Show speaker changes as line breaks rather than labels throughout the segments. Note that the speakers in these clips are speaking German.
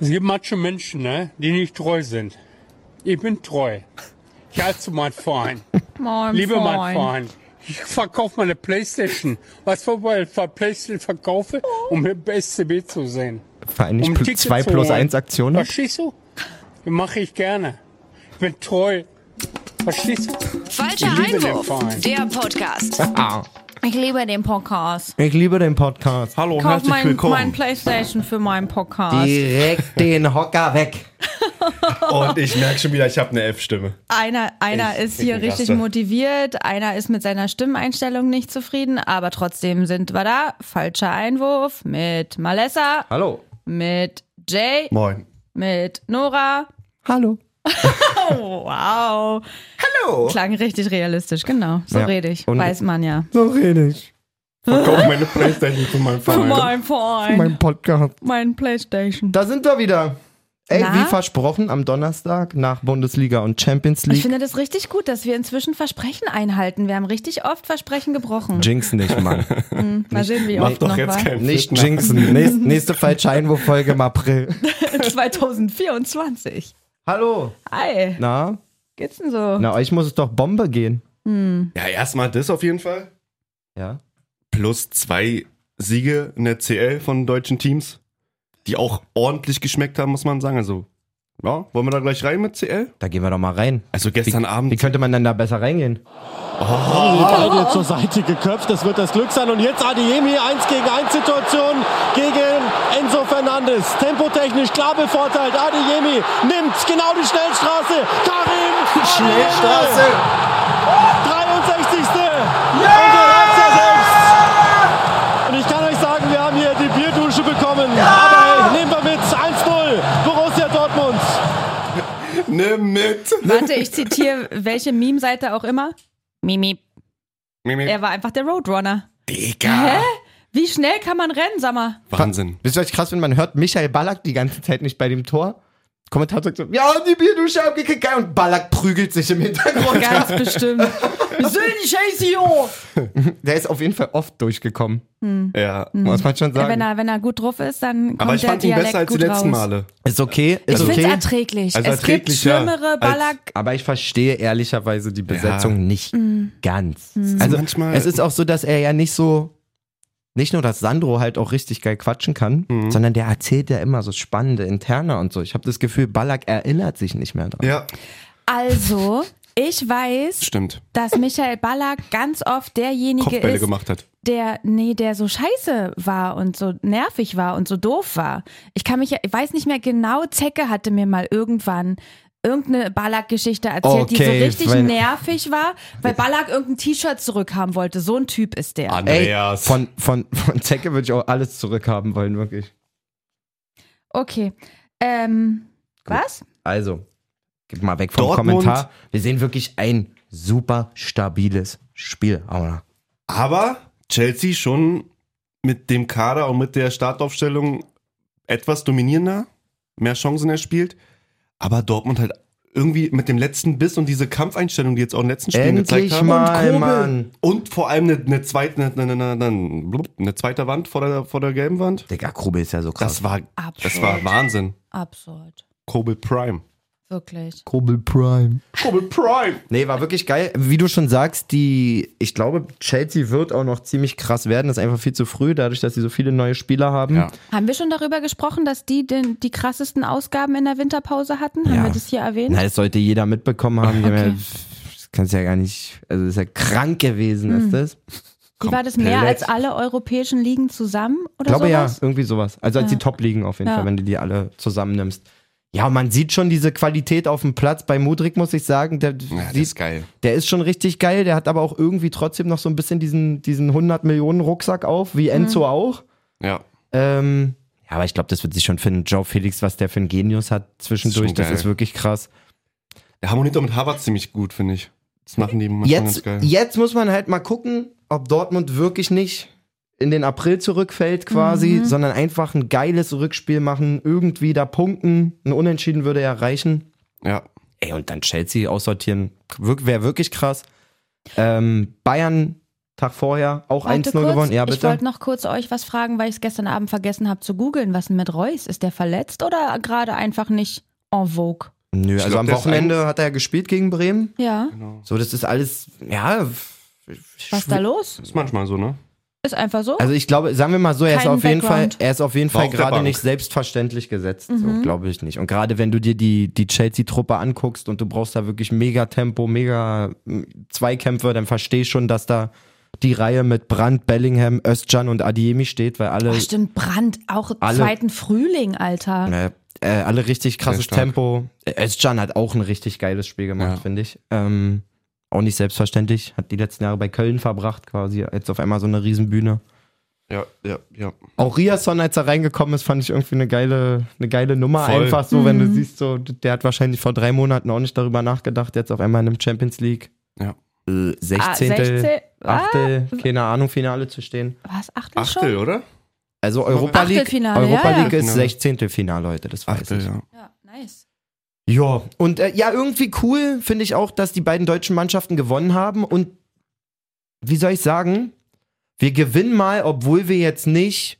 Es gibt manche Menschen, ne, die nicht treu sind. Ich bin treu. Ich halte zu meinem Verein.
Moin,
Liebe mein
Freund.
Verein. Ich verkaufe meine Playstation. Was für bei Playstation verkaufe, um hier bei SCB zu sehen.
Verein nicht
Um
plus
Ticket
2
zu
plus
holen.
1 Aktionen.
Verstehst du? Mache ich gerne. Ich bin treu. Verstehst du?
Falscher
Ich liebe den
Einwurf,
Verein.
der Podcast.
Ah,
Ich liebe den Podcast.
ich liebe den Podcast.
Hallo,
Kauf
herzlich
mein,
willkommen.
mein Playstation für meinen Podcast.
Direkt den Hocker weg.
Und ich merke schon wieder, ich habe eine F-Stimme.
Einer, einer
Ich
ist hier
krieg eine
richtig
Raste.
motiviert, einer ist mit seiner Stimmeinstellung nicht zufrieden, aber trotzdem sind wir da. Falscher Einwurf mit Malessa,
Hallo.
mit Jay,
Moin.
mit Nora.
Hallo.
Wow.
Hallo.
Klang richtig realistisch, genau. So
Ja.
rede ich.
Und-
Weiß man ja.
So rede ich.
Verkauf meine Playstation zu meinem
Für
Verein.
meinen Verein,
Podcast.
meinen Playstation.
Da sind wir wieder. Ey,
Na?
wie versprochen, am Donnerstag nach Bundesliga und Champions
Ich
League.
finde das richtig gut, dass wir inzwischen Versprechen einhalten. Wir haben richtig oft Versprechen gebrochen.
Jinx nicht, Mann.
Mal sehen, wie
Mach
oft
doch
noch
jetzt
war.
keinen
Nicht
Fitner.
jinxen. Nächste, nächste Falscheinwurf-Folge im April.
2024.
Hallo.
Hi,
Na?
geht's denn so?
Na, euch muss es doch Bombe gehen.
Ja, erstmal das auf jeden Fall.
Ja.
Plus zwei Siege in der CL von deutschen Teams, die auch ordentlich geschmeckt haben, muss man sagen. Also, ja, wollen wir da gleich rein mit CL?
Da gehen wir doch mal rein.
Also gestern
Wie
Abend.
könnte man denn da besser reingehen?
Beide zur Seite geköpft, das wird das Glück sein. Und jetzt Adiemi, 1 gegen 1 Situation gegen Enzo Fernandes. Tempotechnisch klar bevorteilt. Adiemi nimmt genau die Schnellstraße. Karim! Schnellstraße! 63. Und er hat's ja selbst. Und ich kann euch sagen, wir haben hier die Bierdusche bekommen. Aber hey, nehmen wir mit. 1-0 Borussia Dortmund.
Ne, mit.
Warte, ich zitiere welche Meme-Seite auch immer. Mimi.
Mimi.
Er war einfach der Roadrunner.
Digga.
Wie schnell kann man rennen, sag mal?
Wahnsinn.
Wisst ihr, was krass, wenn man hört, Michael Ballack die ganze Zeit nicht bei dem Tor? Kommentator sagt so, wir haben die Bierdusche abgekickt, geil. Und Ballack prügelt sich im Hintergrund.
Ganz bestimmt. Wir sind die Scheiße
oh!
hier.
Der ist auf jeden Fall oft durchgekommen.
Ja.
Muss man schon
Ja, wenn,
sagen.
er, wenn er gut drauf ist, dann Hm. kommt
Aber ich
der
fand ihn
Dialekt
besser als die
gut
letzten
raus.
Male.
ist okay, ist
Ich find's
okay.
erträglich.
Also
es gibt
erträglich, ja.
schlimmere
Als-
Ballack.
Aber ich verstehe ehrlicherweise die Besetzung nicht
Mhm.
ganz. Also
manchmal-
es ist auch so, dass er ja nicht so, nicht nur, dass Sandro halt auch richtig geil quatschen kann, sondern der erzählt ja immer so spannende Interne und so. Ich habe das Gefühl, Ballack erinnert sich nicht mehr dran.
Ja,
Also, ich weiß,
stimmt.
dass Michael Ballack ganz oft derjenige
Kopfbälle
ist,
gemacht hat.
der, nee, der so scheiße war und so nervig war und so doof war. Ich kann mich, ja- ich weiß nicht mehr genau, Zecke hatte mir mal irgendwann irgendeine Ballack-Geschichte erzählt, die so
Okay,
richtig
weil-
nervig war, weil Ballack irgendein T-Shirt zurückhaben wollte. So ein Typ ist der.
Ey, von, von, von Zecke würde ich auch alles zurückhaben wollen, wirklich.
Okay. Ähm, was?
Also, gib mal weg vom
Dortmund.
Kommentar. Wir sehen wirklich ein super stabiles Spiel. Aber
Aber Chelsea schon mit dem Kader und mit der Startaufstellung etwas dominierender, mehr Chancen erspielt. Aber Dortmund halt irgendwie mit dem letzten Biss und diese Kampfeinstellung, die jetzt auch in den letzten Spielen
Endlich
gezeigt haben.
mal,
und Kobel.
Mann.
Und vor allem eine, eine zweite, eine, eine, eine, eine, blub, eine zweite Wand vor der, vor der gelben Wand.
Digga, Krube ist ja so krass.
Das war,
Absurd.
das war Wahnsinn.
Absurd.
Kobel Prime.
Wirklich.
Kobel Prime.
Kobel Prime!
Nee, war wirklich geil. Wie du schon sagst, die, ich glaube, Chelsea wird auch noch ziemlich krass werden. Das ist einfach viel zu früh, dadurch, dass sie so viele neue Spieler haben.
Ja.
Haben wir schon darüber gesprochen, dass die den, die krassesten Ausgaben in der Winterpause hatten? Haben
Ja.
wir das hier erwähnt?
Na, das sollte jeder mitbekommen haben. Die haben
Okay.
Ja, das kannst du ja gar nicht, also das ist ja krank gewesen,
Hm.
ist das?
Die war das mehr als alle europäischen Ligen zusammen
Ich
oder
glaube ja,
sowas?
irgendwie sowas. Also als
Ja.
die Top liegen auf jeden
Ja.
Fall, wenn du die alle zusammennimmst. Ja, und man sieht schon diese Qualität auf dem Platz. Bei Mudrik muss ich sagen, der,
Ja, das
sieht,
ist geil.
der ist schon richtig geil. Der hat aber auch irgendwie trotzdem noch so ein bisschen diesen, diesen 100 Millionen Rucksack auf, wie Enzo
Mhm.
auch.
Ja.
Ähm, ja, aber ich glaube, das wird sich schon finden. Joe Felix, was der für ein Genius hat zwischendurch,
Schon
das
geil.
ist wirklich krass.
Der harmoniert auch mit Harvard ziemlich gut, finde ich. Das machen die manchmal ganz
Jetzt,
geil.
jetzt muss man halt mal gucken, ob Dortmund wirklich nicht in den April zurückfällt quasi,
Mhm.
sondern einfach ein geiles Rückspiel machen, irgendwie da punkten. Ein Unentschieden würde ja reichen.
Ja.
Ey, und dann Chelsea aussortieren, wäre wirklich krass. Ähm, Bayern Tag vorher auch
Warte
1-0 gewonnen. Ja,
Ich
bitte.
wollte noch kurz euch was fragen, weil ich es gestern Abend vergessen habe zu googeln. Was denn mit Reus? Ist der verletzt oder gerade einfach nicht en vogue?
Nö, also
glaub,
am
der ist Mhm.
Wochenende hat er ja gespielt gegen Bremen.
Ja.
So, das ist alles, ja.
Was ist da los?
Ist manchmal so, ne?
Ist einfach so?
Also ich glaube, sagen wir mal so, er ist
Kein
auf jeden Fall,
Background. Mhm.
er ist auf jeden
War
Fall
auf der
gerade
Bank.
nicht selbstverständlich gesetzt, so, glaube ich nicht. Und gerade wenn du dir die, die Chelsea-Truppe anguckst und du brauchst da wirklich mega Tempo, mega mm, Zweikämpfe, dann verstehe ich schon, dass da die Reihe mit Brandt, Bellingham, Özcan und Adiemi steht, weil alle,
Ach, stimmt, Brand, auch
Alle-
zweiten Frühling, Alter.
äh, äh, alle richtig krasses
Sehr stark.
Tempo. Äh, Özcan hat auch ein richtig geiles Spiel gemacht,
Ja.
finde ich. Ähm, auch nicht selbstverständlich, hat die letzten Jahre bei Köln verbracht quasi, jetzt auf einmal so eine Riesenbühne.
Ja, ja, ja.
Auch Riasson, als er reingekommen ist, fand ich irgendwie eine geile, eine geile Nummer.
Voll.
Einfach so, wenn du
Mhm.
siehst, so, der hat wahrscheinlich vor drei Monaten auch nicht darüber nachgedacht, jetzt auf einmal in einem Champions League.
Ja.
äh, 16.
Ah, 16.
Achtel, keine Ahnung, Finale zu stehen.
Was? Achtel,
Achtel,
schon?
oder?
Also Europa League,
Achtelfinale,
Europa
ja, ja.
League ist
Finale.
16. Finale heute, das weiß ich.
ja.
Ja, nice.
Ja, und äh, ja, irgendwie cool finde ich auch, dass die beiden deutschen Mannschaften gewonnen haben. Und wie soll ich sagen, wir gewinnen mal, obwohl wir jetzt nicht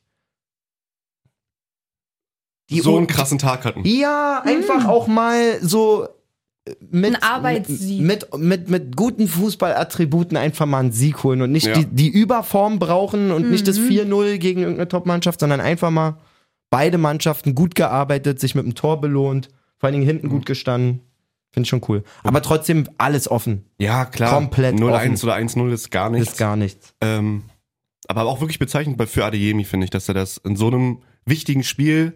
die
so
Un-
einen krassen Tag hatten.
Ja, einfach auch mal so äh, mit,
Mm. Ein Arbeitssieg.
mit, mit, mit guten Fußballattributen einfach mal einen Sieg holen und nicht
Ja.
die, die Überform brauchen und nicht
Mhm.
das 4-0 gegen irgendeine Top-Mannschaft, sondern einfach mal beide Mannschaften gut gearbeitet, sich mit dem Tor belohnt, vor allen Dingen hinten gut gestanden. Finde ich schon cool. Aber trotzdem alles offen.
Ja, klar.
Komplett
0-1
offen.
oder 1-0 ist gar nichts.
Ist gar nichts.
Ähm, aber auch wirklich bezeichnend bei- für Adeyemi, finde ich, dass er das in so einem wichtigen Spiel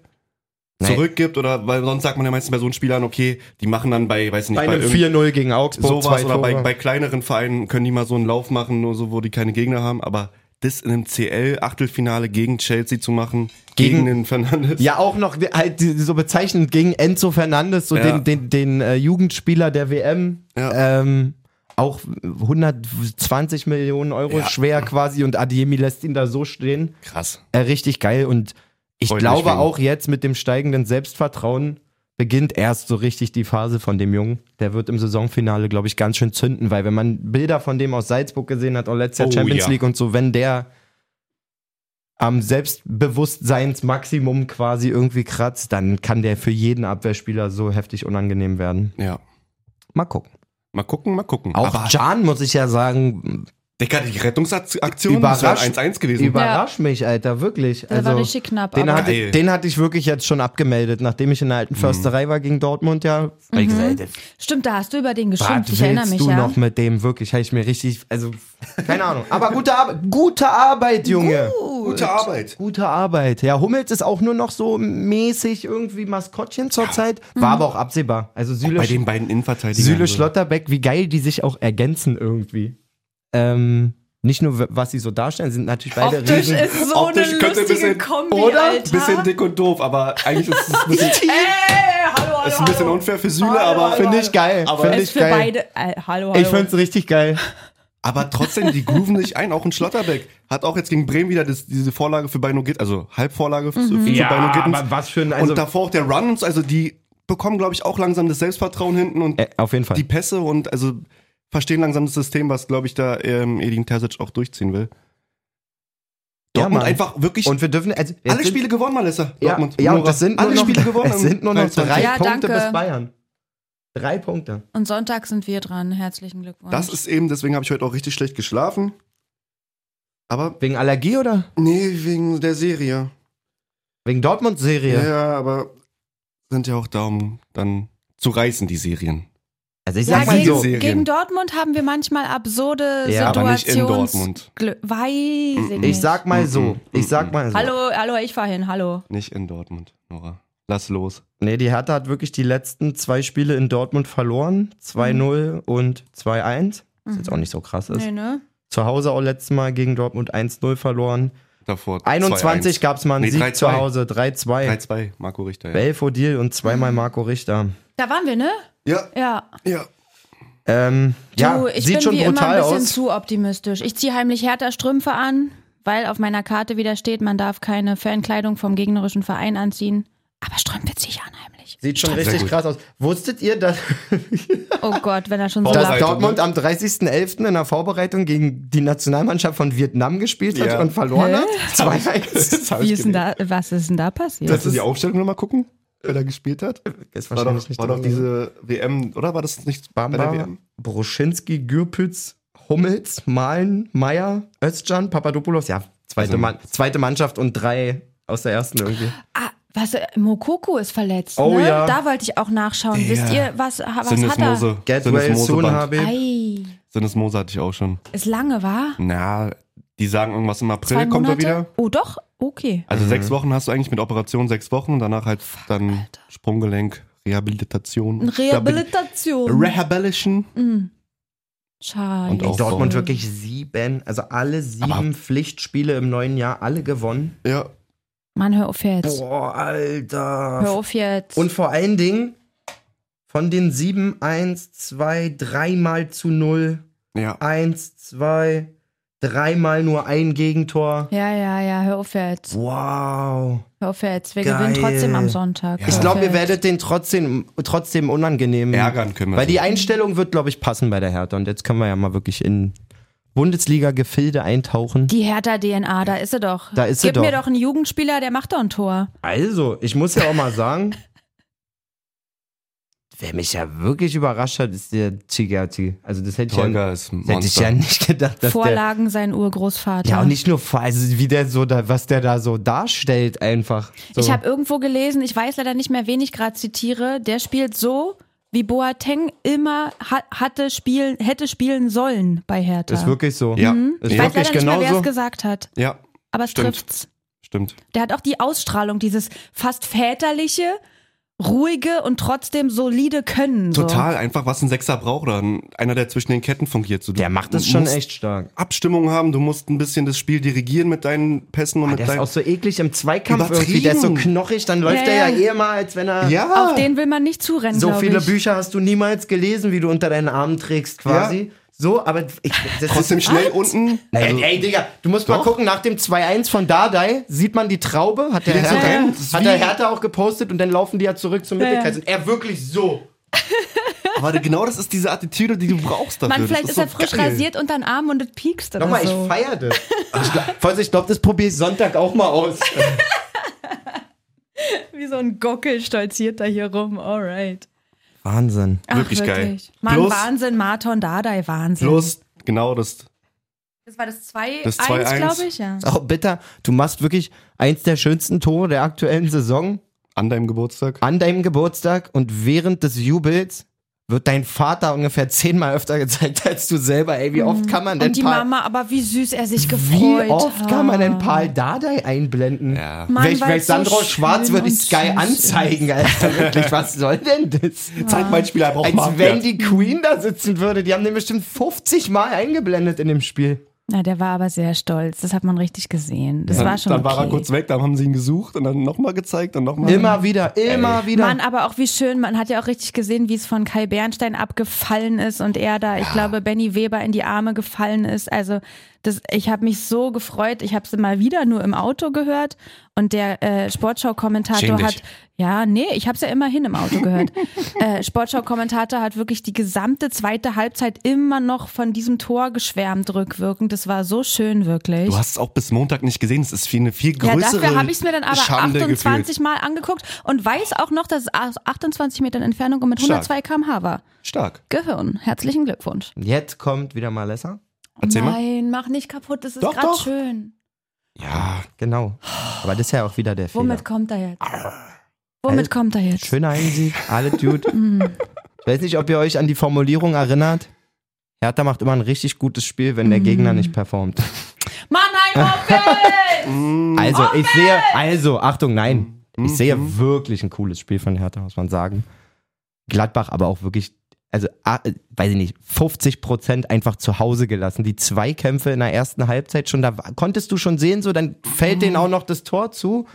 Nein.
zurückgibt oder weil sonst sagt man ja meistens bei so einem Spielern, okay, die machen dann bei, weiß nicht,
Bei einem
irgend-
4-0 gegen Augsburg.
sowas
zwei
oder bei,
Tore.
bei kleineren Vereinen können die mal so einen Lauf machen, nur so, wo die keine Gegner haben, aber das in einem CL-Achtelfinale gegen Chelsea zu machen,
Gegen-
gegen, den Fernandes.
Ja, auch noch halt so bezeichnend gegen Enzo Fernandes, so
Ja.
den, den, den äh, Jugendspieler der WM.
Ja.
Ähm, auch 120 Millionen Euro
Ja.
schwer quasi und Adiemi lässt ihn da so stehen.
Krass.
Äh, richtig geil und ich
Freut mich für
glaube
ihn.
auch jetzt mit dem steigenden Selbstvertrauen beginnt erst so richtig die Phase von dem Jungen. Der wird im Saisonfinale, glaube ich, ganz schön zünden, weil wenn man Bilder von dem aus Salzburg gesehen hat, auch letztes Jahr
Oh,
Champions
ja.
League und so, wenn der am Selbstbewusstseinsmaximum quasi irgendwie kratzt, dann kann der für jeden Abwehrspieler so heftig unangenehm werden.
Ja.
Mal gucken.
Mal gucken, mal gucken.
Auch Can, muss ich ja sagen,
Digga, die Rettungsaktion das wäre
Überrascht.
1-1 gewesen.
überrascht mich, Alter, wirklich.
Das
Also,
war richtig knapp.
den,
aber
hatte,
Geil.
den hatte ich wirklich jetzt schon abgemeldet, nachdem ich in der alten Försterei war gegen Dortmund, ja. Weil Mhm. ich gesagt, Alter,
Mhm. stimmt, da hast du über den
Was
geschimpft. Ich
willst
erinnere mich,
du
ja.
noch mit dem? Wirklich, habe ich mir richtig, also, keine Ahnung. Aber gute, Ar gute Arbeit, Junge.
Gute Arbeit.
Gute Arbeit. Ja, Hummels ist auch nur noch so mäßig irgendwie Maskottchen zurzeit. War
Mhm.
aber auch absehbar. Also Süle,
Bei den beiden Innenverteidigern. also.
Süle
so.
Schlotterbeck, wie geil die sich auch ergänzen irgendwie. Ähm, nicht nur, w- was sie so darstellen, sind natürlich beide
Optisch
riesen...
ist so
Optisch
eine
könnte ein
lustige
bisschen-
Kombi,
oder?
Alter.
Bisschen dick und doof, aber eigentlich ist es ein bisschen,
Ey, hallo, hallo,
ist ein bisschen
hallo.
unfair für Süle, aber
Finde ich geil. Finde
Es
ich
ist für
geil.
beide. Äh, hallo, hallo.
Ich find's richtig geil.
Aber trotzdem, die grooven sich ein. Auch ein Schlotterbeck hat auch jetzt gegen Bremen wieder das, diese Vorlage für Beino Gitt, also Halbvorlage für,
Mhm.
für Beino Gittens.
was für ein...
und davor auch der Run, also die bekommen, glaube ich, auch langsam das Selbstvertrauen hinten und
äh, auf jeden Fall.
die Pässe und also verstehen langsam das System, was, glaube ich, da ähm, Edin Terzic auch durchziehen will.
Ja,
Dortmund
Mann.
einfach wirklich
und wir dürfen... Also, jetzt
alle
sind-
Spiele gewonnen, Malessa.
Ja,
Dortmund.
ja und
Nora.
das sind nur
alle
noch,
Spiele gewonnen.
Es sind nur noch drei
Ja, danke.
Punkte bis Bayern. Drei Punkte.
Und Sonntag sind wir dran. Herzlichen Glückwunsch.
Das ist eben, deswegen habe ich heute auch richtig schlecht geschlafen. Aber
Wegen Allergie oder?
nee, wegen der Serie.
Wegen Dortmund-Serie.
Ja, aber sind ja auch Daumen dann zu reißen, die Serien.
Also ich
ja,
sag mal
gegen,
so.
Serien.
gegen Dortmund haben wir manchmal absurde
Ja,
Aber nicht in
Situations-
Dortmund.
Glück- Weiß ich
Ich
nicht.
sag mal so.
Mhm,
Ich sag
mhm.
mal so.
hallo, hallo, ich fahr hin. Hallo.
Nicht in Dortmund, Nora. Lass los.
Nee, die Hertha hat wirklich die letzten zwei Spiele in Dortmund verloren. 2-0 und 2-1. Was jetzt auch nicht so krass ist.
Mhm. Nee, ne?
Zu Hause auch letztes Mal gegen Dortmund 1-0 verloren.
Davor
21 gab es mal einen
Nee,
Sieg
3-2.
zu Hause. 3-2.
3-2, Marco Richter. Ja.
Belfodil und zweimal Marco Richter.
Da waren wir, ne?
ja,
Ja.
ja.
Ähm, ja,
du, ich
sieht
bin
schon
wie immer
brutal
ein bisschen
aus.
zu optimistisch. Ich ziehe heimlich härter Strümpfe an, weil auf meiner Karte wieder steht, man darf keine Fankleidung vom gegnerischen Verein anziehen. Aber Strümpfe ziehe ich an heimlich.
Sieht schon richtig
gut.
krass aus. Wusstet ihr, dass,
Oh ne? Gott, wenn er schon so
Das-
dass
lacht.
Vorbereitung,
Dortmund am 30.11. in der Vorbereitung gegen die Nationalmannschaft von Vietnam gespielt hat
Ja.
und verloren
Hä?
hat? 2-1.
Das hab
Wie
ich
ist denn
gelesen.
da, was ist denn da passiert?
Kannst du die Aufstellung nochmal gucken, wer da gespielt hat?
Ist
War
wahrscheinlich
doch,
nicht
war
drin,
doch
oder?
diese WM, oder war das nicht bei der
Bamba,
WM?
Broschinski, Gürpütz, Hummels, Mahlen, Meier, Özcan, Papadopoulos. Ja, zweite,
Also-
Mann, zweite Mannschaft und drei aus der ersten irgendwie.
Ah, was, äh, Mokoko ist verletzt,
Oh
ne?
ja.
Da wollte ich auch nachschauen.
Ja.
Wisst ihr, was, ha- was hat er?
Sinnesmose.
Gatwell,
Sinnesmoseband.
Sunhabe.
Ei,
Sinnesmose hatte ich auch schon.
ist lange, war?
Na, die sagen irgendwas im April,
Zwei
kommt
Monate?
er wieder.
Oh doch, okay.
Also sechs Wochen hast du eigentlich mit Operation, sechs Wochen, danach halt dann Sprunggelenk, Rehabilitation.
Eine Rehabilitation. Hm.
Rehabilitation.
Schade.
Und auch
Dortmund wirklich sieben, also alle sieben
Aber-
Pflichtspiele im neuen Jahr, alle gewonnen.
Ja.
Mann, hör auf jetzt.
Boah, Alter.
Hör auf jetzt.
Und vor allen Dingen von den sieben, eins, zwei, dreimal zu null,
Ja.
eins, zwei, dreimal nur ein Gegentor.
ja, ja, ja, hör auf jetzt.
Wow.
Hör auf jetzt. Wir
Geil.
gewinnen trotzdem am Sonntag.
Ja.
Ich
Hör
glaube,
auf
ihr
jetzt.
werdet den trotzdem, trotzdem unangenehm
Ärgern können wir
Weil
sie.
die Einstellung wird, glaube ich, passen bei der Hertha. Und jetzt können wir ja mal wirklich in Bundesliga-Gefilde eintauchen.
Die Hertha-DNA, da ist sie doch.
Da ist sie
Gib mir
doch.
doch einen Jugendspieler, der macht doch ein Tor.
Also, ich muss ja auch mal sagen, wer mich ja wirklich überrascht hat, ist der Chigati. Also, das hätte ich, ja,
Holger ist ein
das hätte ich ja
Monster.
nicht gedacht, dass der.
Vorlagen sein Urgroßvater.
Ja, und nicht nur, vor- also wie der so da, was der da so darstellt, einfach. So.
Ich habe irgendwo gelesen, ich weiß leider nicht mehr, wen ich gerade zitiere, der spielt so, wie Boateng immer ha hatte spielen, hätte spielen sollen bei Hertha.
ist wirklich so.
Ja.
Ist
ich weiß
ja.
leider
wirklich
nicht mehr, wer
genauso.
es gesagt hat,
ja,
aber es
Stimmt.
trifft's.
stimmt.
Der hat auch die Ausstrahlung, dieses fast väterliche, ruhige und trotzdem solide Können. So.
Total einfach, was ein Sechser braucht oder ein- einer, der zwischen den Ketten fungiert. So, du
Der macht das schon
musst
echt stark.
Abstimmung haben, du musst ein bisschen das Spiel dirigieren mit deinen Pässen und mit
Der ist
deinen...
auch so eklig im Zweikampf irgendwie. Der ist so
Übertrieben.
knochig, dann läuft
Ja,
er ja,
ja.
eh mal, als wenn er.
ja,
Auf den will man nicht zurennen,
So
glaub
viele
ich.
Bücher hast du niemals gelesen, wie du unter deinen Armen trägst, quasi. So, aber ich, das
trotzdem
ist.
schnell unten. Also,
Ey, ey, Digga, du musst mal gucken, nach dem 2-1 von Dardai sieht man die Traube, hat der,
Der so
Hertha,
rennt, das ist
hat der
wie-
Hertha auch gepostet und dann laufen die ja zurück zum Mittelkreis. Und er wirklich so.
Aber genau das ist diese Attitüde, die du brauchst dafür.
Mann,
Das
vielleicht ist, er
so
frisch
geil.
rasiert unter den Arm und es piekst oder
Nochmal,
so.
ich feier das. Also, Ich glaub, Voll, ich glaube, das probiere ich Sonntag auch mal aus.
Wie so ein Gockel stolziert da hier rum, alright.
Wahnsinn.
Ach,
Wirklich geil.
Mann,
Plus-
Wahnsinn, Marathon Dardai, Wahnsinn.
Bloß genau das.
Das war das 2-1,
Das 2-1.
glaube ich, ja.
Oh, bitter. Du machst wirklich eins der schönsten Tore der aktuellen Saison.
An deinem Geburtstag.
an deinem Geburtstag und während des Jubels wird dein Vater ungefähr zehnmal öfter gezeigt als du selber. Ey, wie oft kann man denn
Mhm. Und die
Paul,
Mama, aber wie süß er sich gefreut
wie oft
hat.
kann man denn Paul Dardai einblenden?
Ja.
Ah. Mann,
Welch,
weil's
welch
so
Sandro
schön
Schwarz würde ich
und
Sky
süß
anzeigen, Alter. Wirklich, was soll denn das?
Zeig mal, Spieler braucht
Als wenn die Queen da sitzen würde. Die haben den bestimmt 50 Mal eingeblendet in dem Spiel.
Na, der war aber sehr stolz. Das hat man richtig gesehen. Das war schon
Dann
okay.
war er kurz weg, dann haben sie ihn gesucht und dann nochmal gezeigt und nochmal.
Immer wieder, immer wieder.
Mann, aber auch wie schön, man hat ja auch richtig gesehen, wie es von Kai Bernstein abgefallen ist und er da, ich glaube, Benny Weber in die Arme gefallen ist. Also das, ich habe mich so gefreut. Ich habe sie mal wieder nur im Auto gehört und der äh,
Schäm
Sportschau-Kommentator
dich.
hat, ja, nee, ich habe es ja immerhin im Auto gehört. äh, Sportschau-Kommentator hat wirklich die gesamte zweite Halbzeit immer noch von diesem Tor geschwärmt rückwirkend. Das war so schön wirklich.
Du hast es auch bis Montag nicht gesehen. Es ist viel eine viel
Ja,
größere
dafür habe ich es mir dann aber
Schande
28
gefühlt.
Mal angeguckt und weiß auch noch, dass es aus 28 Metern Entfernung und mit
Stark.
102 km/h war.
Stark.
Gehirn, herzlichen Glückwunsch.
Jetzt kommt wieder Malessa.
Erzähl mal.
Nein, mach nicht kaputt, das ist
Doch,
gerade
doch.
schön.
Ja, genau. Aber das ist ja auch wieder der Fehler.
Womit kommt er jetzt? Womit kommt er jetzt?
Schöner Heimsieg, alle Dude.
Mm.
ich weiß nicht, ob ihr euch an die Formulierung erinnert. Hertha macht immer ein richtig gutes Spiel, wenn
Mm.
der Gegner nicht performt.
Mannheim Open!
Also, ich sehe, also, Achtung, nein.
Mhm.
Ich sehe wirklich ein cooles Spiel von Hertha, muss man sagen. Gladbach aber auch wirklich, also, ah, äh, weiß ich nicht, 50 Prozent einfach zu Hause gelassen. Die zwei Kämpfe in der ersten Halbzeit schon, da war- konntest du schon sehen, so, dann fällt
Mhm.
denen auch noch das Tor zu.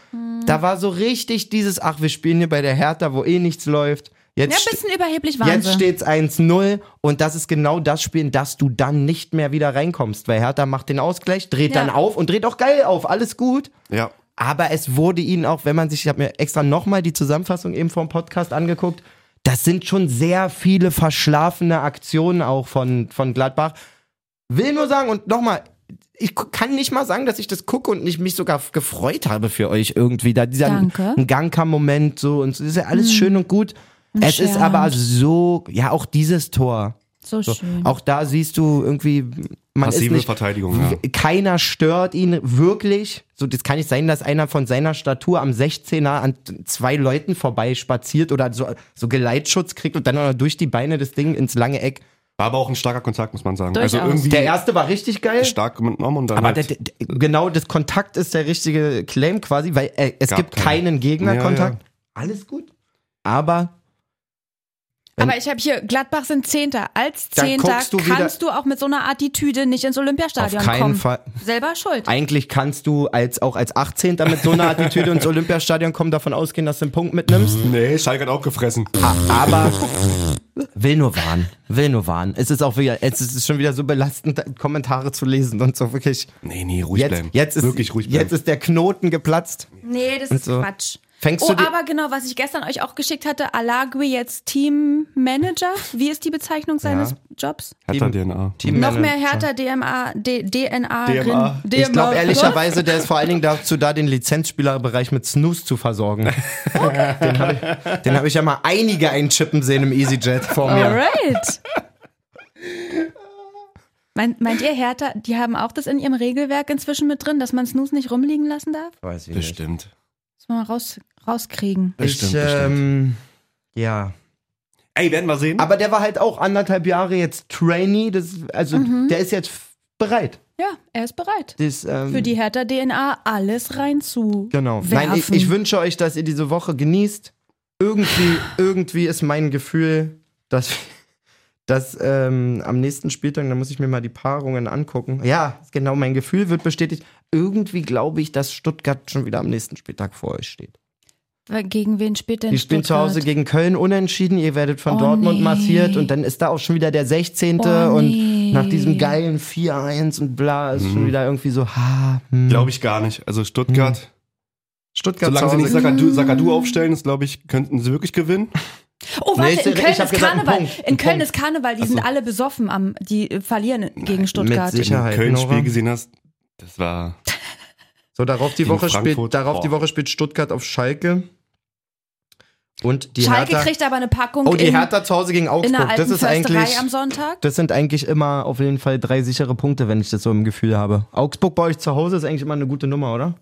Da war so richtig dieses, ach, wir spielen hier bei der Hertha, wo eh nichts läuft.
ja,
Jetzt
ein bisschen überheblich waren
Jetzt
sie.
steht's 1-0 und das ist genau das Spiel, in das du dann nicht mehr wieder reinkommst, weil Hertha macht den Ausgleich, dreht
Ja.
dann auf und dreht auch geil auf, alles gut.
Ja.
Aber es wurde ihnen auch, wenn man sich, ich habe mir extra nochmal die Zusammenfassung eben vom Podcast angeguckt, das sind schon sehr viele verschlafene Aktionen auch von, von Gladbach. Will nur sagen, und nochmal, ich gu- kann nicht mal sagen, dass ich das gucke und nicht mich sogar f- gefreut habe für euch irgendwie. Da dieser
Danke. Mhm.
ein Gangka-Moment so und so, das ist ja alles schön und gut. Es ist aber
Scherend.
so, ja, auch dieses Tor.
So
So,
schön.
auch da siehst du irgendwie, man ist
Passive
nicht,
Verteidigung, ja.
w- keiner stört ihn wirklich. So, das kann nicht sein, dass einer von seiner Statur am 16er an zwei Leuten vorbeispaziert oder so, so Geleitschutz kriegt und dann auch noch durch die Beine das Ding ins lange Eck.
War aber auch ein starker Kontakt, muss man sagen. Also
Durchaus.
irgendwie
Der erste war richtig geil.
stark mitgenommen und dann
Aber der,
halt,
der, der- genau das Kontakt ist der richtige Claim quasi, weil äh, es
Gab
gibt
keinen.
keinen Gegnerkontakt.
Ja,
Alles gut. Aber
Aber ich habe hier, Gladbach sind Zehnter. Als
Dann
Zehnter
guckst du wieder-
kannst du auch mit so einer Attitüde nicht ins Olympiastadion
auf keinen
kommen.
Fall.
Selber schuld.
Eigentlich kannst du als auch als 18. mit so einer Attitüde ins Olympiastadion kommen, davon ausgehen, dass du einen Punkt mitnimmst.
nee, Schalke hat auch gefressen.
Aber will nur warnen, will nur warnen. Es ist auch wieder, es ist schon wieder so belastend, Kommentare zu lesen und so wirklich.
Nee, nee, ruhig
Jetzt,
bleiben.
jetzt ist
Wirklich ruhig bleiben.
jetzt ist der Knoten geplatzt.
Nee, das ist
so.
Quatsch.
Fängst
oh,
du die-
aber genau, was ich gestern euch auch geschickt hatte, Alagui jetzt Teammanager. Wie ist die Bezeichnung seines Jobs?
Hertha DNA.
Noch mehr härter DMA, D, DNA,
DMA.
Rin-
Ich glaube
DMA.
ehrlicherweise, der ist vor allen Dingen dazu da, den Lizenzspielerbereich mit Snooze zu versorgen. Den habe ich, den hab ich ja mal einige einchippen sehen im EasyJet vor mir.
Alright. Meint, meint ihr, Hertha, die haben auch das in ihrem Regelwerk inzwischen mit drin, dass man Snooze nicht rumliegen lassen darf?
Weiß ich nicht.
Bestimmt.
Das mal raus, rauskriegen.
Ich, ähm, ja.
Ey, werden wir sehen.
Aber der war halt auch anderthalb Jahre jetzt Trainee. Das, also
Mhm.
der ist jetzt f- bereit.
Ja, er ist bereit.
Das, ähm,
Für die Hertha DNA alles rein zu.
Genau.
Werfen.
Nein, ich, ich wünsche euch, dass ihr diese Woche genießt. Irgendwie, irgendwie ist mein Gefühl, dass, dass ähm, am nächsten Spieltag, da muss ich mir mal die Paarungen angucken. Ja, genau, mein Gefühl wird bestätigt. Irgendwie glaube ich, dass Stuttgart schon wieder am nächsten Spieltag vor euch steht.
Gegen wen spielt denn
Die spielen zu
Stuttgart?
Hause gegen Köln unentschieden, ihr werdet von
Oh,
Dortmund
nee.
massiert und dann ist da auch schon wieder der 16.
Oh,
und
nee.
nach diesem geilen 4-1 und bla ist
Mhm.
schon wieder irgendwie so, ha, hm.
Glaube ich gar nicht. Also Stuttgart,
Stuttgart
solange sie
Hm. zu
nicht
Hause-
Sakadu, Sakadu aufstellen, ist, glaube ich, könnten sie wirklich gewinnen.
Oh, warte,
Nee, ich-
in Köln
ich hab
ist
gesagt,
Karneval.
einen Punkt,
in
einen
Köln
Punkt.
ist Karneval, die sind alle besoffen am, die äh, verlieren gegen Stuttgart.
mit Sicherheit.
Wenn du
Sicherheit,
Köln-Spiel
Nora.
gesehen hast, das war
So, darauf die
Gegen
Woche
Frankfurt.
spielt, darauf die
Boah.
Woche spielt Stuttgart auf Schalke. Und die
Schalke
Hertha,
kriegt aber eine Packung
Oh, die
in,
Hertha zu Hause
in
gegen
der
Augsburg.
alten
Das ist eigentlich
Försterei am Sonntag.
das sind eigentlich immer auf jeden Fall drei sichere Punkte, wenn ich das so im Gefühl habe. Augsburg bei euch zu Hause ist eigentlich immer eine gute Nummer, oder?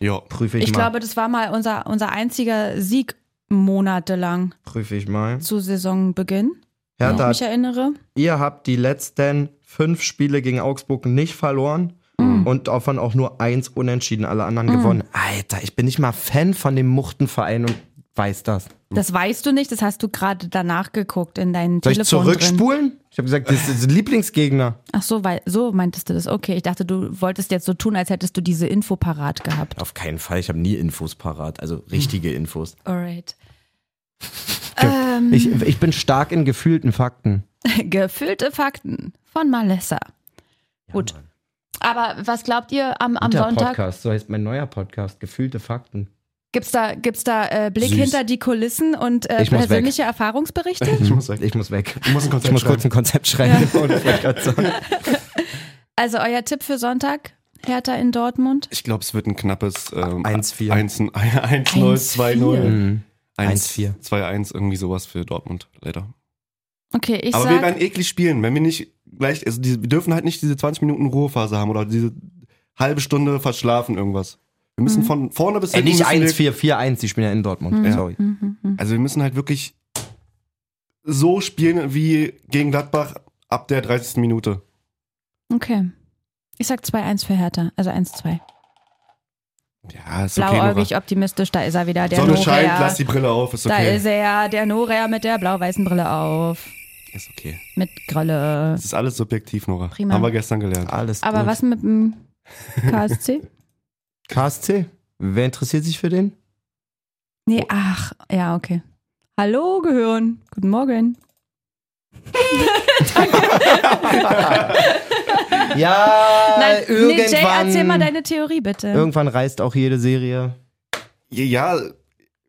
ja.
Prüfe ich,
Ich
mal.
glaube, das war mal unser, unser einziger Sieg monatelang
Prüfe ich mal.
zu Saisonbeginn,
Hertha hat
ich erinnere.
ihr habt die letzten fünf Spiele gegen Augsburg nicht verloren
Mhm.
und davon auch nur eins unentschieden, alle anderen gewonnen. Alter, ich bin nicht mal Fan von dem Muchtenverein und weiß das.
Das weißt du nicht, das hast du gerade danach geguckt in deinen
Soll ich
Telefon drin.
zurückspulen? Ich habe gesagt, das ist Lieblingsgegner.
Ach so, weil so meintest du das. Okay, ich dachte, du wolltest jetzt so tun, als hättest du diese Info parat gehabt.
Auf keinen Fall, ich habe nie Infos parat, also richtige Infos.
Alright. Ähm.
Ich, ich bin stark in gefühlten Fakten.
Gefüllte Fakten von Malessa. Gut. Aber was glaubt ihr am, am Sonntag?
Podcast, so heißt mein neuer Podcast, gefühlte Fakten.
Gibt's da, gibt's da äh, Blick
Süß.
hinter die Kulissen und äh,
Ich muss weg. Mhm.
persönliche Erfahrungsberichte?
Ich muss weg.
Ich muss weg.
Ich muss ein
Ich
Konzept
muss kurz ein Konzept schreiben. Äh, Und ich wollte gerade sagen.
Also euer Tipp für Sonntag, Hertha in Dortmund.
Ich glaube, es wird ein knappes ähm,
1-4.
1-0, 2-0.
1-4.
2-1, irgendwie sowas für Dortmund, leider.
Okay, ich
Aber wir
sag,
werden eklig spielen, wenn wir nicht gleich, also die, wir dürfen halt nicht diese 20 Minuten Ruhephase haben oder diese halbe Stunde verschlafen irgendwas. Wir
Mhm.
müssen von vorne bis
Ey,
hinten
nicht
müssen wir-
1-4, 4-1, die spielen ja in Dortmund.
Ja.
Sorry.
Mhm.
Also wir müssen halt wirklich so spielen wie gegen Gladbach ab der 30. Minute.
okay. Ich sag 2-1 für Hertha, also 1-2.
Ja, ist
Blauäugig, optimistisch, da ist er wieder, der
Sonne scheint,
Norea.
lass die Brille auf, ist
Da ist
okay.
er, der Norea mit der blau-weißen Brille auf.
Ist okay.
Mit Grille.
Das ist alles subjektiv, Nora.
Prima.
Haben wir gestern gelernt.
Alles
Aber
gut.
was mit dem KSC?
KSC? Wer interessiert sich für den? Oh.
Nee, ach, ja, okay. Hallo, Gehirn. Guten Morgen.
Ja,
Nein, nee, Jay,
Äh, irgendwann,
erzähl mal deine Theorie bitte.
irgendwann reißt auch jede Serie.
Ja,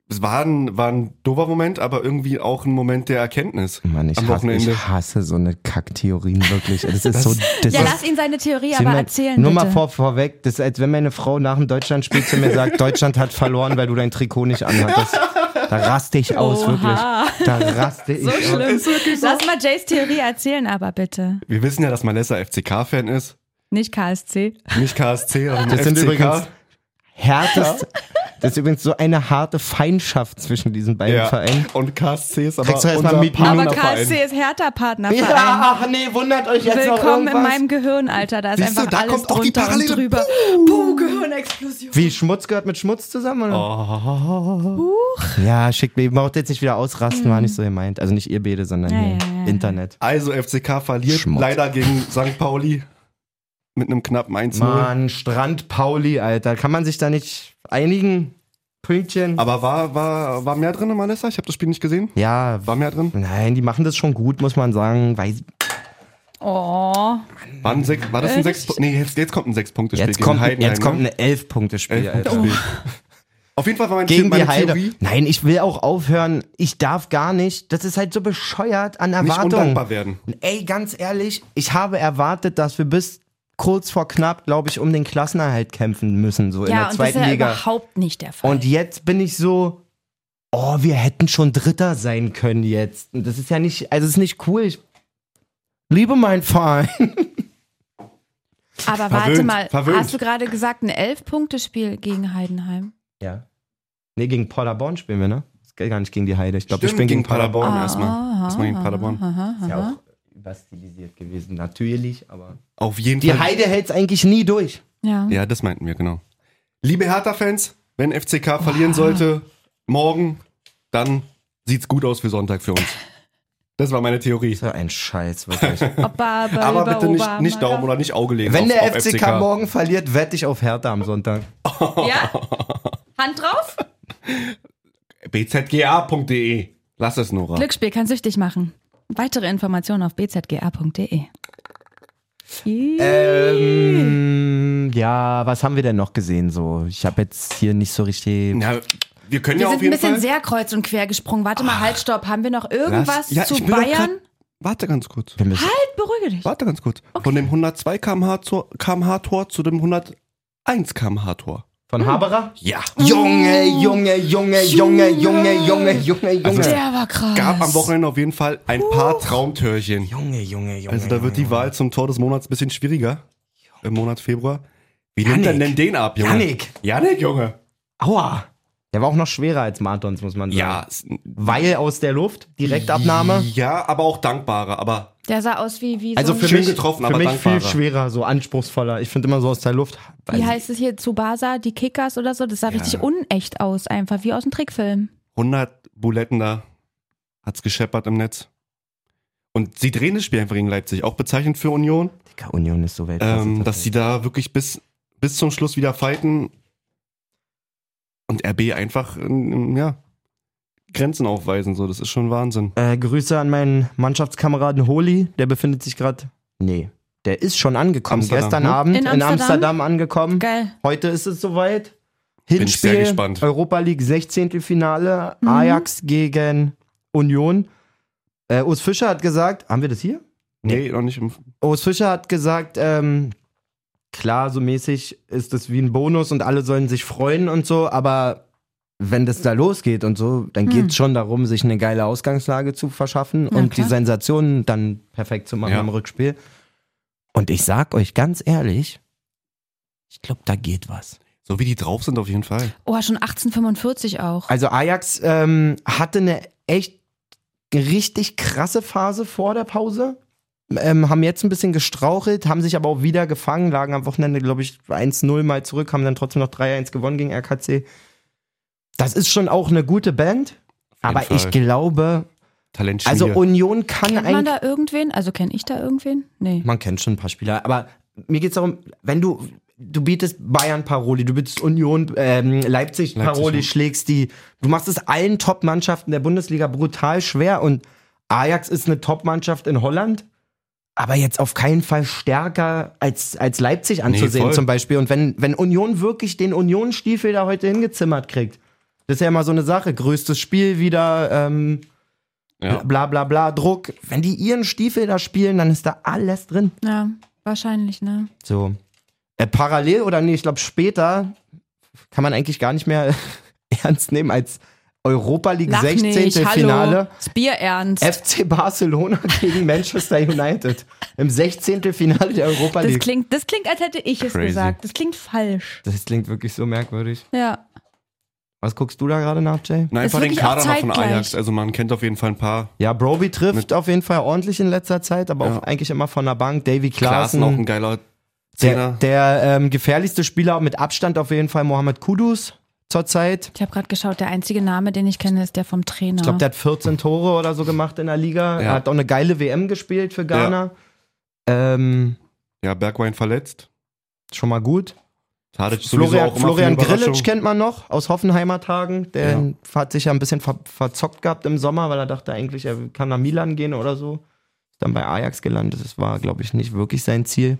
es war ein, war ein doofer Moment, aber irgendwie auch ein Moment der Erkenntnis.
Mann, ich,
Am
hasse, ich
Wochenende.
hasse so eine Kacktheorien wirklich. Das ist so. Das
Ja,
ist,
lass ihn seine Theorie
Sie
aber
mein-
erzählen
Nur
bitte.
mal vor, vorweg, das ist, als wenn meine Frau nach dem Deutschlandspiel zu mir sagt, Deutschland hat verloren, weil du dein Trikot nicht anhattest. Da raste ich aus,
Oha.
wirklich. Da raste ich aus.
Schlimm. Lass mal Jays Theorie erzählen aber bitte.
Wir wissen ja, dass Malessa FCK-Fan ist.
Nicht KSC.
Nicht KSC, aber
Das sind
FCK.
übrigens härtest. Das ist übrigens so eine harte Feindschaft zwischen diesen beiden
ja.
Vereinen.
Und KSC ist aber
Kriegst du erst mal
unser
Mieten.
Aber
Partnerverein.
KSC ist härter Partnerverein.
Ja, ach nee, wundert euch jetzt noch
Willkommen in
irgendwas.
meinem Gehirn, Alter. Da ist
Siehst du,
einfach
da
alles
kommt auch die
drunter und
Parallele.
drüber. Puh, Gehirnexplosion.
Wie, Schmutz gehört mit Schmutz zusammen? Oder? Ja, schickt mir. Ihr braucht jetzt nicht wieder ausrasten, war nicht so gemeint. Also nicht ihr beide, sondern
Ja,
hier.
ja, ja, ja.
Internet.
Also FCK verliert
Schmutz.
leider gegen St. Pauli mit einem knappen 1-0.
Mann, Strand Pauli, Alter. Kann man sich da nicht einigen? Pünktchen?
Aber war, war, war mehr drin, Malessa? Ich habe das Spiel nicht gesehen.
ja,
War mehr drin?
nein, die machen das schon gut, muss man sagen. Weiß,
Oh.
War, ein sechs, war das ein
Äh,
6 Nee, jetzt, jetzt kommt ein 6-Punkte-Spiel
jetzt
gegen
kommt,
Heidenheim.
jetzt kommt ein
ne?
Elf-Punkte-Spiel, Alter.
Elfpunktespiel. Auf jeden Fall war mein
Gegen die
meine
Heide.
Theorie,
Nein, ich will auch aufhören. Ich darf gar nicht. Das ist halt so bescheuert an
nicht
Erwartungen.
undankbar werden.
Ey, ganz ehrlich, ich habe erwartet, dass wir bis kurz vor knapp, glaube ich, um den Klassenerhalt kämpfen müssen, so in
Ja,
der
und das ist
zweiten
ja
Liga.
überhaupt nicht der Fall.
Und jetzt bin ich so, oh, wir hätten schon Dritter sein können jetzt. Und das ist ja nicht, also es ist nicht cool. Ich liebe meinen Verein.
aber warte
Verwöhnt,
mal,
verwöhnt.
hast du gerade gesagt, ein Elf-Punkte-Spiel gegen Heidenheim?
Ja. Nee, gegen Paderborn spielen wir, ne? Das geht gar nicht gegen die Heide. Ich glaube, ich
Stimmt,
bin gegen Paderborn.
erstmal. Erstmal gegen Paderborn.
Ist ja auch überstilisiert gewesen, natürlich, aber.
Auf jeden
Die
Fall.
Heide hält's eigentlich nie durch.
Ja.
Ja, das meinten wir, genau. Liebe Hertha-Fans, wenn FCK verlieren sollte, morgen, dann sieht's gut aus für Sonntag für uns. Das war meine Theorie.
So ein Scheiß, wirklich.
Opa, Opa,
Aber
Opa,
bitte nicht,
Opa,
nicht
Opa.
Daumen oder nicht Auge legen.
Wenn
auf,
der
auf
FCK, morgen verliert, wette ich auf Hertha am Sonntag.
Ja? Hand drauf?
bzga.de. E. Lass es, Nora.
Glücksspiel kann süchtig machen. Weitere Informationen auf bzga.de.
Äh,
Ähm, ja, was haben wir denn noch gesehen so? Ich habe jetzt hier nicht so richtig.
Na, wir können
Wir
ja
sind
auf
ein
jeden
bisschen
Fall.
sehr kreuz und quer gesprungen. Warte mal, halt, stopp. Haben wir noch irgendwas
Lass- ja,
zu
ich will doch
Bayern?
grad- Warte ganz kurz.
Wir müssen,
Halt, beruhige dich.
Warte ganz kurz. Von dem 102 km/h zu- km/h Tor zu dem 101 km/h Tor.
Von Haberer?
Ja.
Oh,
Junge, Junge, Junge, Junge, Junge, Junge, Junge, Junge.
Der war krass.
Gab am Wochenende auf jeden Fall ein paar Traumtörchen.
Junge, Junge, Junge.
Also da wird die Wahl zum Tor des Monats ein bisschen schwieriger. Im Monat Februar. Wie nimmt denn
Yannick.
denn den ab, Junge?
Yannick.
Yannick, Junge.
Aua. Der war auch noch schwerer als Martons, muss man sagen.
Ja. s-
Weil aus der Luft, Direktabnahme.
Ja, aber auch dankbarer. Aber
Der sah aus wie, wie
Also
so
für
ein,
Schön
mich,
getroffen,
für
aber
mich viel
dankbarer.
schwerer, so anspruchsvoller. Ich finde immer so aus der Luft. weiß
wie
ich-
heißt es hier, Tsubasa, die Kickers oder so. Das sah richtig unecht aus, einfach wie aus einem Trickfilm.
100 Buletten da hat's gescheppert im Netz. Und sie drehen das Spiel einfach gegen Leipzig. Auch bezeichnend für Union,
Dicker, Union ist so weltklasse.
ähm, dass sie da wirklich bis, bis zum Schluss wieder fighten. Und RB einfach, ähm, ja, Grenzen aufweisen. So, das ist schon Wahnsinn.
Äh, Grüße an meinen Mannschaftskameraden Holi, der befindet sich gerade. Nee, der ist schon angekommen.
Amsterdam,
Gestern
ne?
Abend in
In
Amsterdam,
Amsterdam
angekommen.
Geil.
Heute ist es soweit.
ich
Hinspiel,
sehr gespannt.
Europa League 16. Finale, Ajax gegen Union. Äh, Urs Fischer hat gesagt, haben wir das hier?
Nee, noch nicht im.
Urs Fischer hat gesagt, ähm, klar, so mäßig ist das wie ein Bonus und alle sollen sich freuen und so, aber wenn das da losgeht und so, dann geht's geht es schon darum, sich eine geile Ausgangslage zu verschaffen
Na
und
klar.
die Sensationen dann perfekt zu machen
Ja.
im Rückspiel. Und ich sag euch ganz ehrlich, ich glaube, da geht was.
So wie die drauf sind, auf jeden Fall.
Oh, schon 1845 auch.
Also Ajax ähm, hatte eine echt richtig krasse Phase vor der Pause. Ähm, haben jetzt ein bisschen gestrauchelt, haben sich aber auch wieder gefangen, lagen am Wochenende, glaube ich, 1-0 mal zurück, haben dann trotzdem noch 3-1 gewonnen gegen RKC. Das ist schon auch eine gute Band,
jeden
aber
Fall.
ich glaube,
Talentschmiede.
also Union kann
Kennt man
eigentlich.
da irgendwen? Also kenne ich da irgendwen? Nee.
Man kennt schon ein paar Spieler, aber mir geht es darum, wenn du, du bietest Bayern Paroli, du bietest Union, ähm, Leipzig Paroli,
ja.
schlägst die, du machst es allen Top-Mannschaften der Bundesliga brutal schwer und Ajax ist eine Top-Mannschaft in Holland, aber jetzt auf keinen Fall stärker als, als Leipzig anzusehen
voll.
zum Beispiel. Und wenn, wenn Union wirklich den Union-Stiefel da heute hingezimmert kriegt, das ist ja immer so eine Sache. Größtes Spiel wieder, ähm,
Ja.
bla bla bla, Druck. Wenn die ihren Stiefel da spielen, dann ist da alles drin.
Ja, wahrscheinlich, ne?
So. Äh, parallel oder nee, ich glaube später kann man eigentlich gar nicht mehr ernst nehmen als Europa League
Lach
16.
nicht,
Finale.
hallo. Ist Bier ernst.
FC Barcelona gegen Manchester United im 16. Finale der Europa
das,
League.
klingt, das klingt, als hätte ich es
Crazy.
gesagt. Das klingt falsch.
Das klingt wirklich so merkwürdig.
Ja.
Was guckst du da gerade nach, Jay?
Nein,
Ist
einfach den
wirklich auch
Kader noch von
zeitgleich.
Ajax. Also man kennt auf jeden Fall ein paar.
Ja, Broby trifft auf jeden Fall ordentlich in letzter Zeit, aber
Ja.
auch eigentlich immer von der Bank. Davy
Klaassen auch
Klaassen,
ein geiler
der,
Zehner.
der ähm, gefährlichste Spieler mit Abstand auf jeden Fall, Mohamed Kudus zurzeit.
Ich habe gerade geschaut, der einzige Name, den ich kenne, ist der vom Trainer.
Ich glaube, der hat 14 Tore oder so gemacht in der Liga. Er
Ja.
hat auch eine geile WM gespielt für Ghana. Ähm,
Ja, Bergwein verletzt.
schon mal gut.
Tadic sowieso
Florian,
auch immer
Florian
für eine Überraschung.
Grillitsch kennt man noch aus Hoffenheimer Tagen. Der
Ja.
hat sich ja ein bisschen ver verzockt gehabt im Sommer, weil er dachte eigentlich, er kann nach Milan gehen oder so. Ist dann bei Ajax gelandet. Das war, glaube ich, nicht wirklich sein Ziel.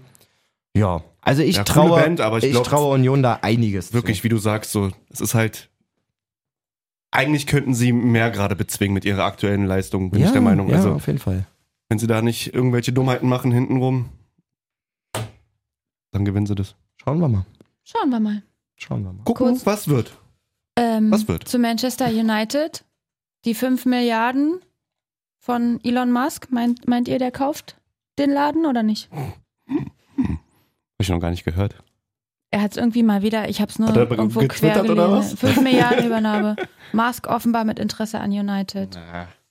Ja, also ich
Ja, coole
traue,
Band, aber ich
ich
glaub-
traue Union da einiges. zu.
Wirklich, wie du sagst, so, es ist halt. Eigentlich könnten sie mehr gerade bezwingen mit ihrer aktuellen Leistung, bin
ja,
ich der Meinung.
Ja,
also,
auf jeden Fall.
wenn sie da nicht irgendwelche Dummheiten machen hintenrum, dann gewinnen sie das.
Schauen wir mal.
Schauen wir mal.
Schauen wir mal.
Gucken,
Kurz-
was wird.
Ähm,
Was wird?
Zu Manchester United. Die 5 Milliarden von Elon Musk. Meint, meint ihr, der kauft den Laden oder nicht?
Hab ich noch gar nicht gehört.
Er hat es irgendwie mal wieder, ich habe es nur
Hat er
irgendwo quer
getwittert
gelesen.
oder was?
5 Milliarden Übernahme. Musk offenbar mit Interesse an United.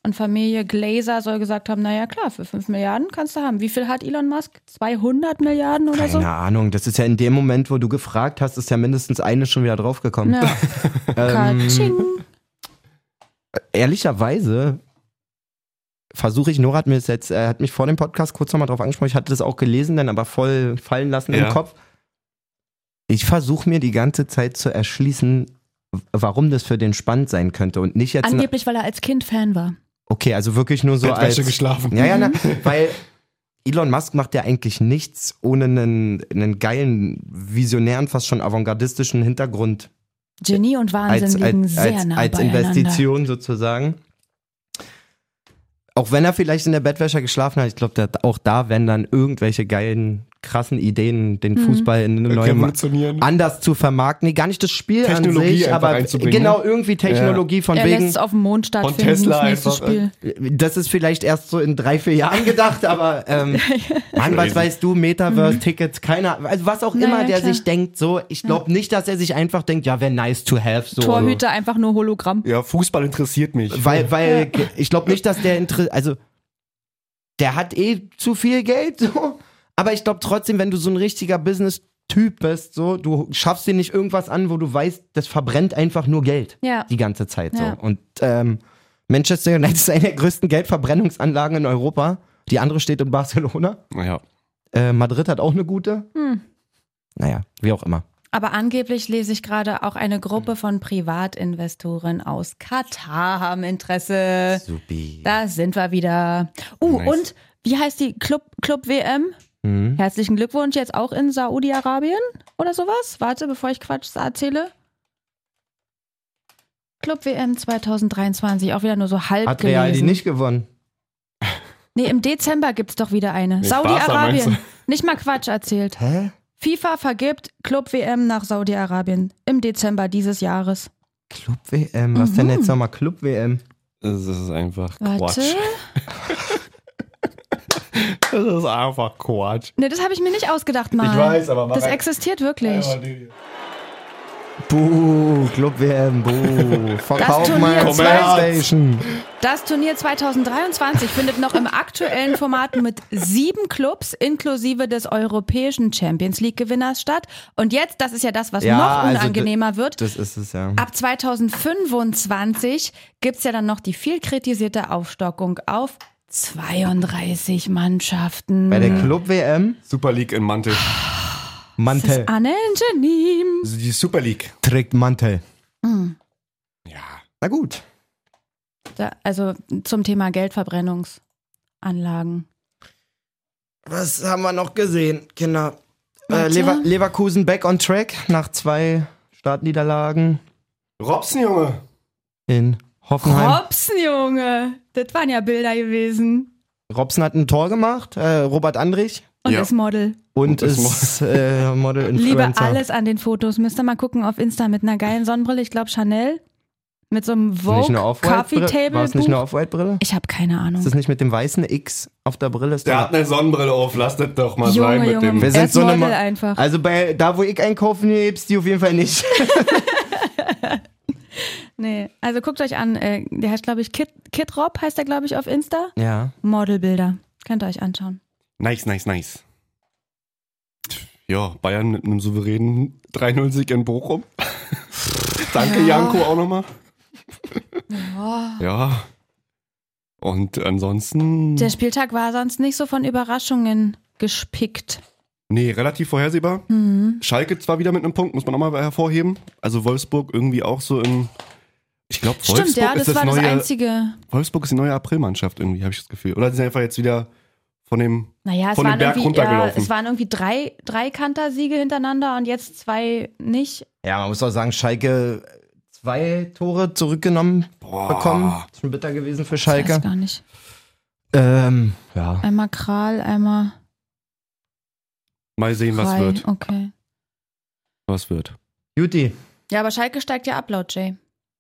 Und Familie Glazer soll gesagt haben, naja klar, für 5 Milliarden kannst du haben. Wie viel hat Elon Musk? 200 Milliarden oder
Keine Ahnung, das ist ja in dem Moment, wo du gefragt hast, ist ja mindestens eine schon wieder
so?
draufgekommen.
Ja.
Ähm,
Katsching.
ehrlicherweise versuche ich, Nora hat mir das jetzt, äh, hat mich vor dem Podcast kurz nochmal drauf angesprochen, ich hatte das auch gelesen, dann aber voll fallen lassen
Ja.
im Kopf. Ich versuche mir die ganze Zeit zu erschließen, w- warum das für den spannend sein könnte und nicht jetzt. na-
Angeblich, weil er als Kind Fan war.
Okay, also wirklich nur so als.
Bettwäsche geschlafen.
Ja, ja, na, weil Elon Musk macht ja eigentlich nichts ohne einen, einen geilen, visionären, fast schon avantgardistischen Hintergrund
Genie und Wahnsinn
als,
liegen
als,
sehr
als,
nah
als
beieinander.
Investition sozusagen. Auch wenn er vielleicht in der Bettwäsche geschlafen hat, ich glaube, auch da werden dann irgendwelche geilen, krassen Ideen,
Mhm.
den Fußball in eine neue Ma-
Revolutionieren.
anders zu vermarkten. Nee, gar nicht das Spiel an
Technologie
sich,
einfach
aber
einzubringen,
genau
ne?
irgendwie Technologie von
er lässt
wegen. Äh,
es auf dem Mond stattfinden,
Tesla
das nächste
einfach, äh,
Spiel.
Das ist vielleicht erst so in drei, vier Jahren gedacht, aber ähm, Mann, was
Crazy.
weißt du, Metaverse, Tickets, keiner, also was auch
Na
immer
Mhm. ja,
der
klar.
sich denkt, so, ich glaube nicht, dass er sich einfach denkt, ja, wäre nice to have. So.
Torhüter einfach nur Hologramm.
Ja, Fußball interessiert mich.
Weil, weil ich glaube nicht, dass der Inter also der hat eh zu viel Geld, so. Aber ich glaube trotzdem, wenn du so ein richtiger Business-Typ bist, so, du schaffst dir nicht irgendwas an, wo du weißt, das verbrennt einfach nur Geld
Ja.
die ganze Zeit
Ja.
so. Und ähm, Manchester United ist eine der größten Geldverbrennungsanlagen in Europa. Die andere steht in Barcelona.
Naja.
Äh, Madrid hat auch eine gute.
Hm.
Naja, wie auch immer.
Aber angeblich lese ich gerade auch eine Gruppe von Privatinvestoren aus Katar haben Interesse.
Supi.
Da sind wir wieder. Uh,
Nice.
und wie heißt die Club, Club WM?
Mhm.
Herzlichen Glückwunsch jetzt auch in Saudi-Arabien oder sowas. Warte, bevor ich Quatsch erzähle. Club WM 2023, auch wieder nur so halb
Hat Real die
gelesen.
nicht gewonnen.
Nee, im Dezember gibt's doch wieder eine.
Nee, Barca
Saudi-Arabien.
meinst
Nicht mal Quatsch erzählt.
Hä?
FIFA vergibt Club WM nach Saudi-Arabien im Dezember dieses Jahres.
Club WM, ähm, was
Mhm.
denn jetzt nochmal Club WM?
Das ist einfach
Warte.
Quatsch. Das ist einfach Quatsch.
Ne, das habe ich mir nicht ausgedacht, Mann.
Ich weiß, aber mach
Das
ein-
existiert wirklich.
Buh, Club WM, buh.
Das
Verkauf
Turnier
mal
ist
PlayStation.
Das Turnier 2023 findet noch im aktuellen Format mit sieben Clubs inklusive des europäischen Champions League-Gewinners statt. Und jetzt, das ist ja das, was
Ja,
noch
also
unangenehmer wird,
Das ist es ja.
Ab 2025 gibt's ja dann noch die viel kritisierte Aufstockung auf 32 Mannschaften.
Bei der Club WM,
Super League in Mantel.
das
Mantel.
ist unangenehm.
Also Die Super League.
Trägt Mantel.
Hm.
Ja.
Na gut.
Da, also zum Thema Geldverbrennungsanlagen.
was haben wir noch gesehen, Kinder? Äh, Lever Leverkusen back on track nach zwei Startniederlagen
Robson, Junge.
in Hoffenheim.
Robson, Junge. Das waren ja Bilder gewesen.
Robson hat ein Tor gemacht, äh, Robert Andrich
Und
Ja.
das Model.
und,
Und ist
ist äh, Model
Liebe
Influencer.
alles an den Fotos. Müsst ihr mal gucken auf Insta mit einer geilen Sonnenbrille. Ich glaube Chanel. Mit so einem
Nicht eine
Vogue Coffee
Off-White-Brille? War es nicht eine
Table.
Off-White-Brille?
Ich habe keine Ahnung.
Ist das nicht mit dem weißen X auf der Brille? Ist
Der
da-
hat eine Sonnenbrille auf, lass das doch mal sein
Junge,
mit
Junge.
dem.
Wir
Er
sind
ist
so eine
Model
Ma-
einfach.
Also bei da, wo ich einkaufen gehe, hebst die auf jeden Fall nicht.
Nee, also guckt euch an. Äh, der heißt, glaube ich, Kid, Kid Rob heißt der, glaube ich, auf Insta.
Ja.
Modelbilder. Könnt ihr euch anschauen.
Nice, nice, nice. Ja, Bayern mit einem souveränen 3-0-Sieg in Bochum. Danke, Janko, auch nochmal. Ja. Und ansonsten.
Der Spieltag war sonst nicht so von Überraschungen gespickt.
Nee, relativ vorhersehbar.
Mhm.
Schalke zwar wieder mit einem Punkt, muss man auch mal hervorheben. Also Wolfsburg irgendwie auch so im. Ich glaube, Wolfsburg
Stimmt, ja,
ist
das,
das
war
neue.
das Einzige.
Wolfsburg ist die neue Aprilmannschaft irgendwie, habe ich das Gefühl. Oder die sind einfach jetzt wieder von dem.
Naja, es
Von dem
waren,
Berg
irgendwie, ja,
runtergelaufen.
es waren irgendwie drei, drei Kantersiege hintereinander und jetzt zwei nicht.
Ja, man muss auch sagen, Schalke zwei Tore zurückgenommen bekommen. Ist schon bitter gewesen für Schalke.
Weiß gar nicht.
Ähm, ja.
Einmal Kral, einmal
Mal sehen, was
Krei.
wird.
Okay.
Was wird.
Juti.
Ja, aber Schalke steigt ja ab, laut Jay.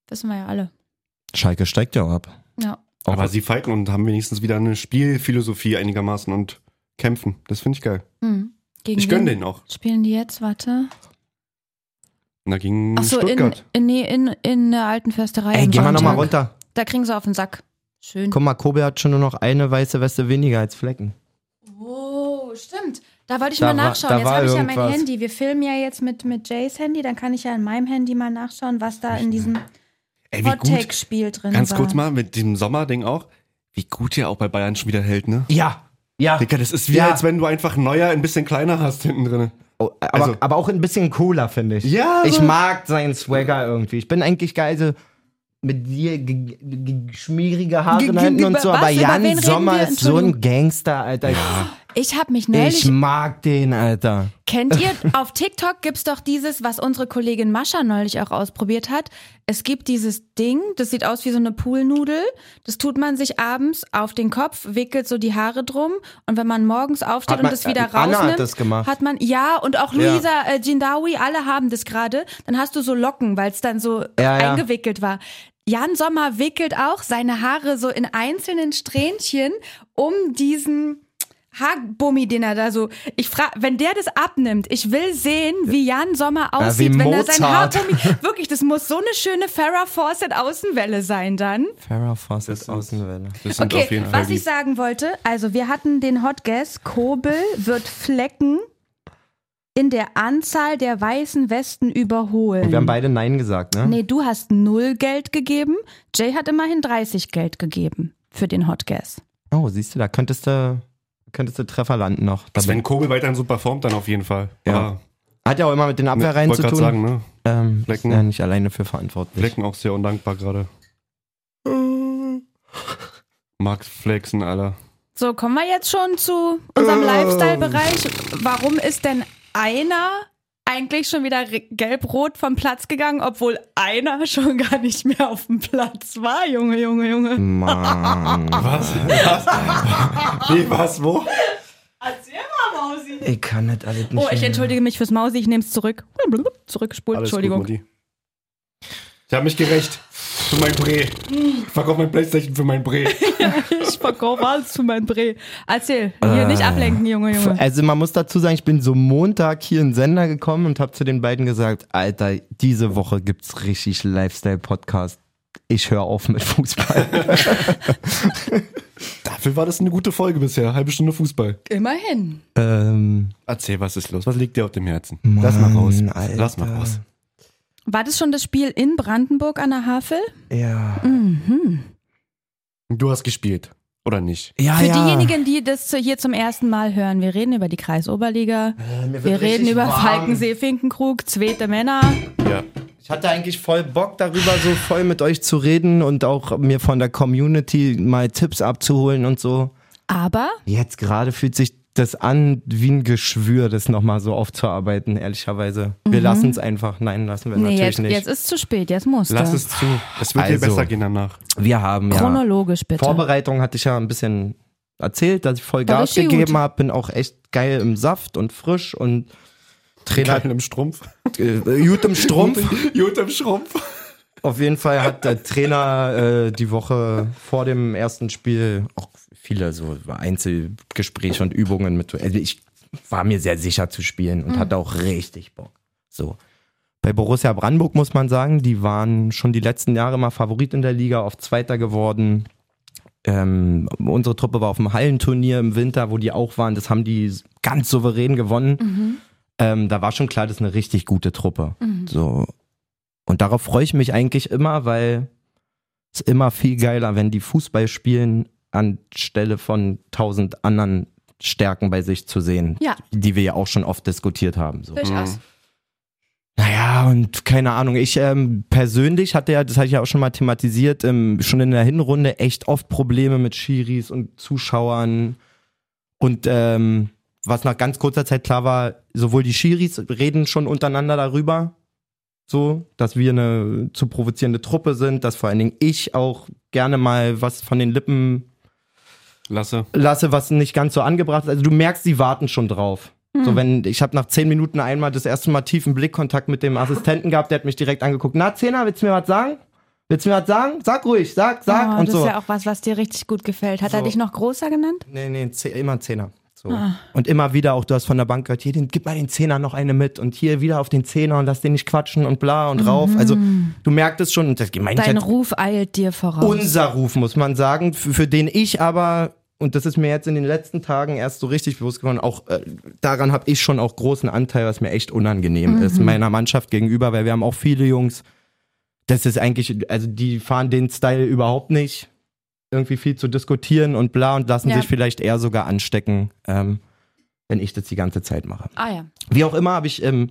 Wissen wir ja alle.
Schalke steigt ja auch ab.
Ja.
Auch
Aber sie fighten und haben wenigstens wieder eine Spielphilosophie einigermaßen und kämpfen. Das finde ich geil.
Mhm. Gegen
Ich gönne
wen
denen auch.
Spielen die jetzt, warte.
Na, gegen
Achso, in,
Stuttgart.
in, nee, in, in der alten Försterei.
Ey,
am
geh mal
Sonntag.
nochmal runter.
Da kriegen sie auf den Sack. Schön.
Guck mal, Kobe hat schon nur noch eine weiße Weste weniger als Flecken.
Oh, stimmt. Da wollte ich
Da
mal
war-
nachschauen.
da
jetzt
war
habe ich ja mein
irgendwas.
Handy. Wir filmen ja jetzt mit, mit Jays Handy. Dann kann ich ja in meinem Handy mal nachschauen, was da in diesem
Ey, wie gut.
Hot-Take-Spiel drin
Ganz
war.
kurz mal mit dem Sommerding auch. Wie gut der auch bei Bayern schon wieder hält, ne?
Ja. Ja.
Digga, das ist wie,
Ja.
als wenn du einfach neuer ein bisschen kleiner hast hinten drin.
Oh, aber,
Also-
aber auch ein bisschen cooler, finde ich.
Ja,
Ich
so-
mag seinen Swagger irgendwie. Ich bin eigentlich geil, so mit dir ge- ge- schmierige Haare
Ge-
in
ge-
Händen und
über
so,
was?
aber
Über wen
Jan
reden
Sommer
wir?
ist so ein
Entschuldigung.
Gangster, Alter.
Ich habe mich
Ich
neulich.
mag den, Alter.
kennt ihr? Auf TikTok gibt es doch dieses, was unsere Kollegin Mascha neulich auch ausprobiert hat. Es gibt dieses Ding, das sieht aus wie so eine Poolnudel. Das tut man sich abends auf den Kopf, wickelt so die Haare drum. Und wenn man morgens aufsteht
Hat
und
man-
das wieder
äh, Anna hat
rausnimmt,
das gemacht.
hat man, ja, und auch Luisa äh, Jindawi, alle haben das gerade, dann hast du so Locken, weil es dann so
Ja, ja.
eingewickelt war. Jan Sommer wickelt auch seine Haare so in einzelnen Strähnchen um diesen Haarbummi, den er da so. Ich frage, wenn der das abnimmt, ich will sehen, wie Jan Sommer aussieht,
wie
wenn er sein
Mozart.
Haarbummi. Wirklich, das muss so eine schöne Farrah Fawcett Außenwelle sein dann.
Farrah Fawcett
ist-
Außenwelle.
Das sind auf
Okay,
jeden Fall
was
die.
ich sagen wollte, also wir hatten den Hot Guess, Kobel wird Flecken in der Anzahl der weißen Westen überholen.
Und wir haben beide Nein gesagt, ne?
nee, du hast null Geld gegeben, Jay hat immerhin 30 Geld gegeben für den Hot Guess.
Oh, siehst du, da könntest du, könntest du Treffer landen noch.
Also wenn
Damit-
Kobel weiterhin so performt, dann auf jeden Fall.
Ja.
Aber,
Hat ja auch immer mit den
ne,
Abwehrreihen
wollte
zu
grad
tun.
sagen, ne?
ähm,
Flecken.
Ja, nicht alleine für verantwortlich.
Flecken auch sehr undankbar gerade. Mm. Max Flexen, Alter.
So, kommen wir jetzt schon zu
Ah.
unserem Lifestyle-Bereich. Warum ist denn einer eigentlich schon wieder re- gelb-rot vom Platz gegangen, obwohl einer schon gar nicht mehr auf dem Platz war? Junge, Junge, Junge.
Hm.
Mann.
Was? was? Wie, was, wo?
Erzähl mal, Mausi.
Ich kann das alles nicht.
Oh, ich
mehr.
entschuldige mich fürs Mausi, ich nehme es zurück. Zurückgespult,
Alles
Entschuldigung.
Gut, Mutti. ich habe mich gerecht. Für mein Bre. Ich verkaufe mein Playstation für mein Bre.
ich verkaufe alles zu meinem Dreh. Erzähl,
Äh.
hier nicht ablenken, Junge, Junge.
Also man muss dazu sagen, ich bin so Montag hier in den Sender gekommen und habe zu den beiden gesagt, Alter, diese Woche gibt's richtig Lifestyle-Podcast. Ich höre auf mit Fußball.
Dafür war das eine gute Folge bisher. Halbe Stunde Fußball.
Immerhin.
ähm,
Erzähl, was ist los? Was liegt dir auf dem Herzen?
Mann,
Lass mal raus.
Alter.
Lass mal raus.
War das schon das Spiel in Brandenburg an der Havel?
ja.
Du hast gespielt. Oder nicht?
ja.
Für
Ah ja.
diejenigen, die das zu- hier zum ersten Mal hören, wir reden über die Kreisoberliga,
Äh,
wir reden über Falkensee, Finkenkrug, zweite Männer.
Ja.
Ich hatte eigentlich voll Bock darüber, so voll mit euch zu reden und auch mir von der Community mal Tipps abzuholen und so.
Aber
Jetzt gerade fühlt sich das an wie ein Geschwür, das nochmal so aufzuarbeiten, ehrlicherweise. Wir lassen es einfach. Nein, lassen wir
Nee,
natürlich
jetzt,
nicht.
jetzt ist zu spät, jetzt muss
Lass
du.
es zu. Es wird dir
Also.
besser gehen danach.
wir haben ja
Chronologisch bitte.
Vorbereitung hatte ich ja ein bisschen erzählt, dass ich voll
War
Gas
richtig
gegeben
gut.
habe, bin auch echt geil im Saft und frisch und Trainer
im Strumpf.
äh, gut im Strumpf.
Jut im Schrumpf.
Auf jeden Fall hat der Trainer äh, die Woche vor dem ersten Spiel auch viele so Einzelgespräche und Übungen mit. Also ich war mir sehr sicher zu spielen
Mhm.
und hatte auch richtig Bock. So. Bei Borussia Brandenburg muss man sagen, die waren schon die letzten Jahre mal Favorit in der Liga, oft Zweiter geworden. Ähm, unsere Truppe war auf dem Hallenturnier im Winter, wo die auch waren. Das haben die ganz souverän gewonnen. Ähm, da war schon klar, das ist eine richtig gute Truppe. So, und darauf freue ich mich eigentlich immer, weil es ist immer viel geiler, wenn die Fußball spielen, anstelle von tausend anderen Stärken bei sich zu sehen,
Ja.
die wir ja auch schon oft diskutiert haben. So.
Durchaus.
Naja, und keine Ahnung, ich ähm, persönlich hatte ja, das hatte ich ja auch schon mal thematisiert, ähm, schon in der Hinrunde echt oft Probleme mit Schiris und Zuschauern. Und ähm, was nach ganz kurzer Zeit klar war, sowohl die Schiris reden schon untereinander darüber, so, dass wir eine zu provozierende Truppe sind, dass vor allen Dingen ich auch gerne mal was von den Lippen
Lasse.
lasse, was nicht ganz so angebracht ist. Also du merkst, sie warten schon drauf.
Hm.
So, wenn, ich habe nach zehn Minuten einmal das erste Mal tiefen Blickkontakt mit dem Assistenten gehabt, der hat mich direkt angeguckt. Na, Zehner, willst du mir was sagen? Willst du mir was sagen? Sag ruhig, sag, sag.
Oh,
und
das
so.
ist ja auch was, was dir richtig gut gefällt. Hat er
So.
dich noch großer genannt?
Nee, nee, Ze- immer ein Zehner. So.
Ah.
Und immer wieder auch, du hast von der Bank gehört, hier, den, gib mal den Zehner noch eine mit und hier wieder auf den Zehner und lass den nicht quatschen und bla und rauf. Also du merktest schon, und das meine ich
Mhm. Dein
jetzt
Ruf eilt dir voraus.
unser Ruf, muss man sagen, für, für den ich aber, und das ist mir jetzt in den letzten Tagen erst so richtig bewusst geworden, auch äh, daran habe ich schon auch großen Anteil, was mir echt unangenehm ist, meiner Mannschaft gegenüber, weil wir haben auch viele Jungs, das ist eigentlich, also die fahren den Style überhaupt nicht, irgendwie viel zu diskutieren und bla und lassen
Ja.
sich vielleicht eher sogar anstecken, ähm, wenn ich das die ganze Zeit mache.
ah ja.
Wie auch immer habe ich, ähm,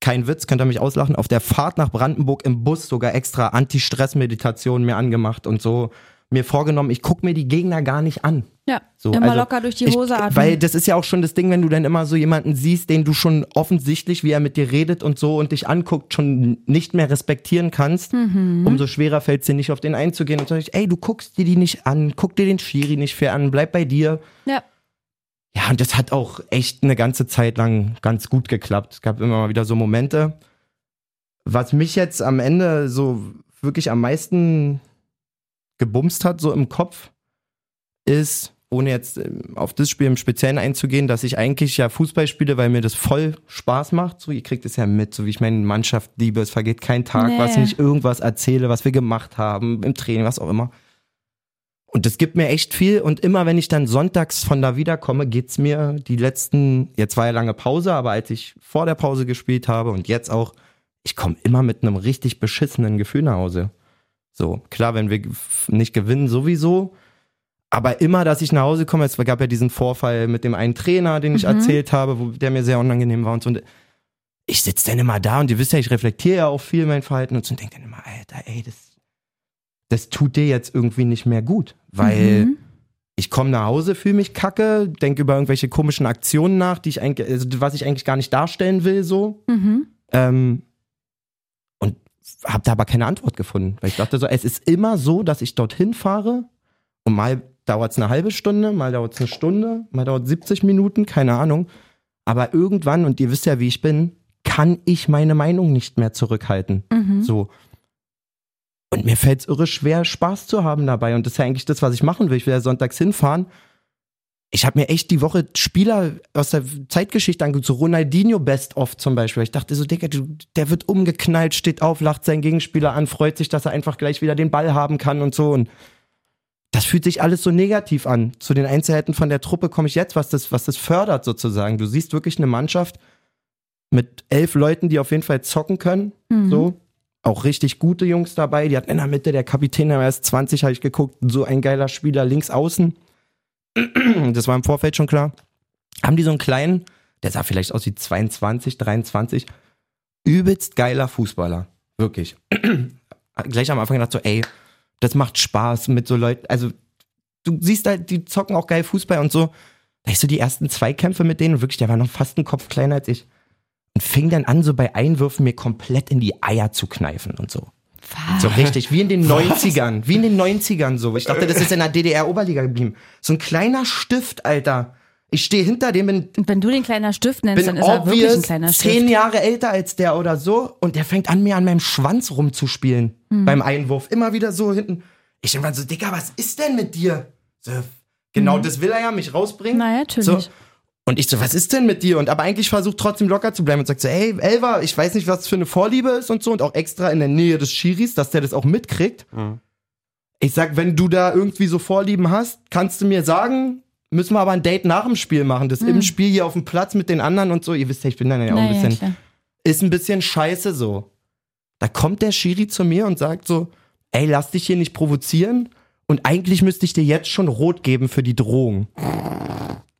kein Witz, könnt ihr mich auslachen, auf der Fahrt nach Brandenburg im Bus sogar extra Anti-Stress-Meditation mir angemacht und so mir vorgenommen, ich gucke mir die Gegner gar nicht an.
Ja.
So,
Immer
also,
locker durch die Hose
ich,
atmen. Mhm.
Weil das ist ja auch schon das Ding, wenn du dann immer so jemanden siehst, den du schon offensichtlich, wie er mit dir redet und so und dich anguckt, schon nicht mehr respektieren kannst,
Mhm.
umso schwerer fällt es dir nicht auf den einzugehen und sag ich, ey, du guckst dir die nicht an, guck dir den Schiri nicht fair an, bleib bei dir.
ja.
Ja, und das hat auch echt eine ganze Zeit lang ganz gut geklappt. Es gab immer mal wieder so Momente. Was mich jetzt am Ende so wirklich am meisten gebumst hat, so im Kopf, ist, ohne jetzt ähm, auf das Spiel im Speziellen einzugehen, dass ich eigentlich ja Fußball spiele, weil mir das voll Spaß macht. So, ihr kriegt es ja mit, so wie ich meine Mannschaft liebe. Es vergeht kein Tag,
Nee.
was ich nicht irgendwas erzähle, was wir gemacht haben, im Training, was auch immer. Und das gibt mir echt viel. Und immer wenn ich dann sonntags von da wiederkomme, geht's mir die letzten, jetzt war ja lange Pause, aber als ich vor der Pause gespielt habe und jetzt auch, ich komme immer mit einem richtig beschissenen Gefühl nach Hause. So, klar, wenn wir f- nicht gewinnen, sowieso. Aber immer, dass ich nach Hause komme, es gab ja diesen Vorfall mit dem einen Trainer, den ich erzählt habe, wo, der mir sehr unangenehm war und so. Und ich sitze dann immer da und ihr wisst ja, ich reflektiere ja auch viel mein Verhalten und so und denke dann immer, Alter, ey, das, das tut dir jetzt irgendwie nicht mehr gut, weil
Mhm.
ich komme nach Hause, fühle mich kacke, denke über irgendwelche komischen Aktionen nach, die ich eigentlich, also was ich eigentlich gar nicht darstellen will, so.
Mhm.
Ähm, und habe da aber keine Antwort gefunden. Weil ich dachte so, es ist immer so, dass ich dorthin fahre und mal dauert es eine halbe Stunde, mal dauert es eine Stunde, mal dauert 70 Minuten, keine Ahnung. Aber irgendwann, und ihr wisst ja, wie ich bin, kann ich meine Meinung nicht mehr zurückhalten.
Mhm.
So. Und mir fällt es irre schwer, Spaß zu haben dabei. Und das ist ja eigentlich das, was ich machen will. Ich will ja sonntags hinfahren. Ich habe mir echt die Woche Spieler aus der Zeitgeschichte angeguckt, so Ronaldinho Best of zum Beispiel. Ich dachte so, Digga, du- der wird umgeknallt, steht auf, lacht seinen Gegenspieler an, freut sich, dass er einfach gleich wieder den Ball haben kann und so. Und das fühlt sich alles so negativ an. Zu den Einzelheiten von der Truppe komme ich jetzt, was das, was das fördert sozusagen. Du siehst wirklich eine Mannschaft mit elf Leuten, die auf jeden Fall zocken können. So. Auch richtig gute Jungs dabei. Die hatten in der Mitte der Kapitän, der war erst 20, habe ich geguckt. So ein geiler Spieler links außen. Das war im Vorfeld schon klar. Haben die so einen kleinen, der sah vielleicht aus wie 22, 23. Übelst geiler Fußballer. Wirklich. Gleich am Anfang gedacht so, ey, das macht Spaß mit so Leuten. Also, du siehst halt, die zocken auch geil Fußball und so. Da ich so die ersten zwei Kämpfe mit denen, und wirklich, der war noch fast einen Kopf kleiner als ich. Und fing dann an, so bei Einwürfen mir komplett in die Eier zu kneifen und so. So
Äh.
richtig, wie in den 90ern, wie in den 90ern so. Ich dachte, das ist in der DDR-Oberliga geblieben. So ein kleiner Stift, Alter. Ich stehe hinter dem, bin
Und wenn du den kleiner Stift nennst, dann
bin
ist er wirklich ein
obvious
kleiner
zehn
Stift.
Jahre älter als der oder so und der fängt an, mir an meinem Schwanz rumzuspielen
Hm.
beim Einwurf. Immer wieder so hinten. Ich irgendwann so, Dicker, was ist denn mit dir? So, genau das will er ja, mich rausbringen.
Hm. Na ja, natürlich.
So. Und ich so, was ist denn mit dir? Und aber eigentlich versucht trotzdem locker zu bleiben und sagt so, ey, Elva, ich weiß nicht, was für eine Vorliebe ist und so und auch extra in der Nähe des Schiris, dass der das auch mitkriegt. Ich sag, wenn du da irgendwie so Vorlieben hast, kannst du mir sagen, müssen wir aber ein Date nach dem Spiel machen. Das
Hm.
im Spiel hier auf dem Platz mit den anderen und so. Ihr wisst ja, ich bin dann ja auch
Na
ein
ja,
bisschen
klar.
ist ein bisschen scheiße so. Da kommt der Schiri zu mir und sagt so, ey, lass dich hier nicht provozieren und eigentlich müsste ich dir jetzt schon rot geben für die Drohung.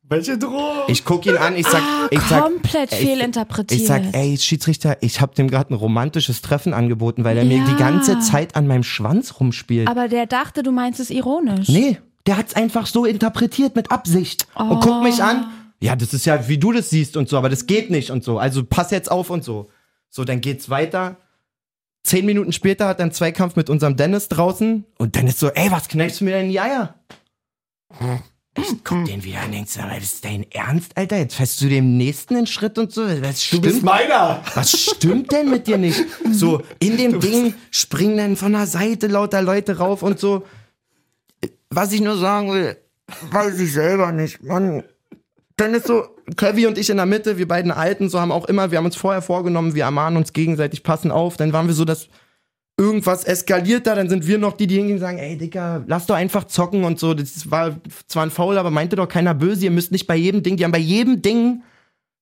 Welche Drohung?
Ich guck ihn an, ich sag, ich sag,
Ah, Komplett
ich-
fehlinterpretiert.
ich sag, ey, Schiedsrichter, ich hab dem gerade ein romantisches Treffen angeboten, weil er mir
Ja.
die ganze Zeit an meinem Schwanz rumspielt.
Aber der dachte, du meinst es ironisch.
nee, der hat's einfach so interpretiert mit Absicht und guckt mich an. Ja, das ist ja, wie du das siehst und so, aber das geht nicht und so. Also pass jetzt auf und so. So, dann geht's weiter. Zehn Minuten später hat er einen Zweikampf mit unserem Dennis draußen und Dennis so, ey, was kneifst du mir denn in die Eier? Ich guck den wieder an und denk so, aber ist dein Ernst, Alter? Jetzt fährst du dem nächsten einen Schritt und so? Was stimmt
meiner.
was stimmt denn mit dir nicht? So, in dem Ding springen dann von der Seite lauter Leute rauf und so. Was ich nur sagen will, weiß ich selber nicht, Mann. Dann ist so, Kevin und ich in der Mitte, wir beiden Alten, so haben auch immer, wir haben uns vorher vorgenommen, wir ermahnen uns gegenseitig, passen auf. Dann waren wir so, dass irgendwas eskaliert da, dann sind wir noch die, die hingehen und sagen, ey Dicker, lass doch einfach zocken und so. Das war zwar ein Foul, aber meinte doch keiner böse, ihr müsst nicht bei jedem Ding, die haben bei jedem Ding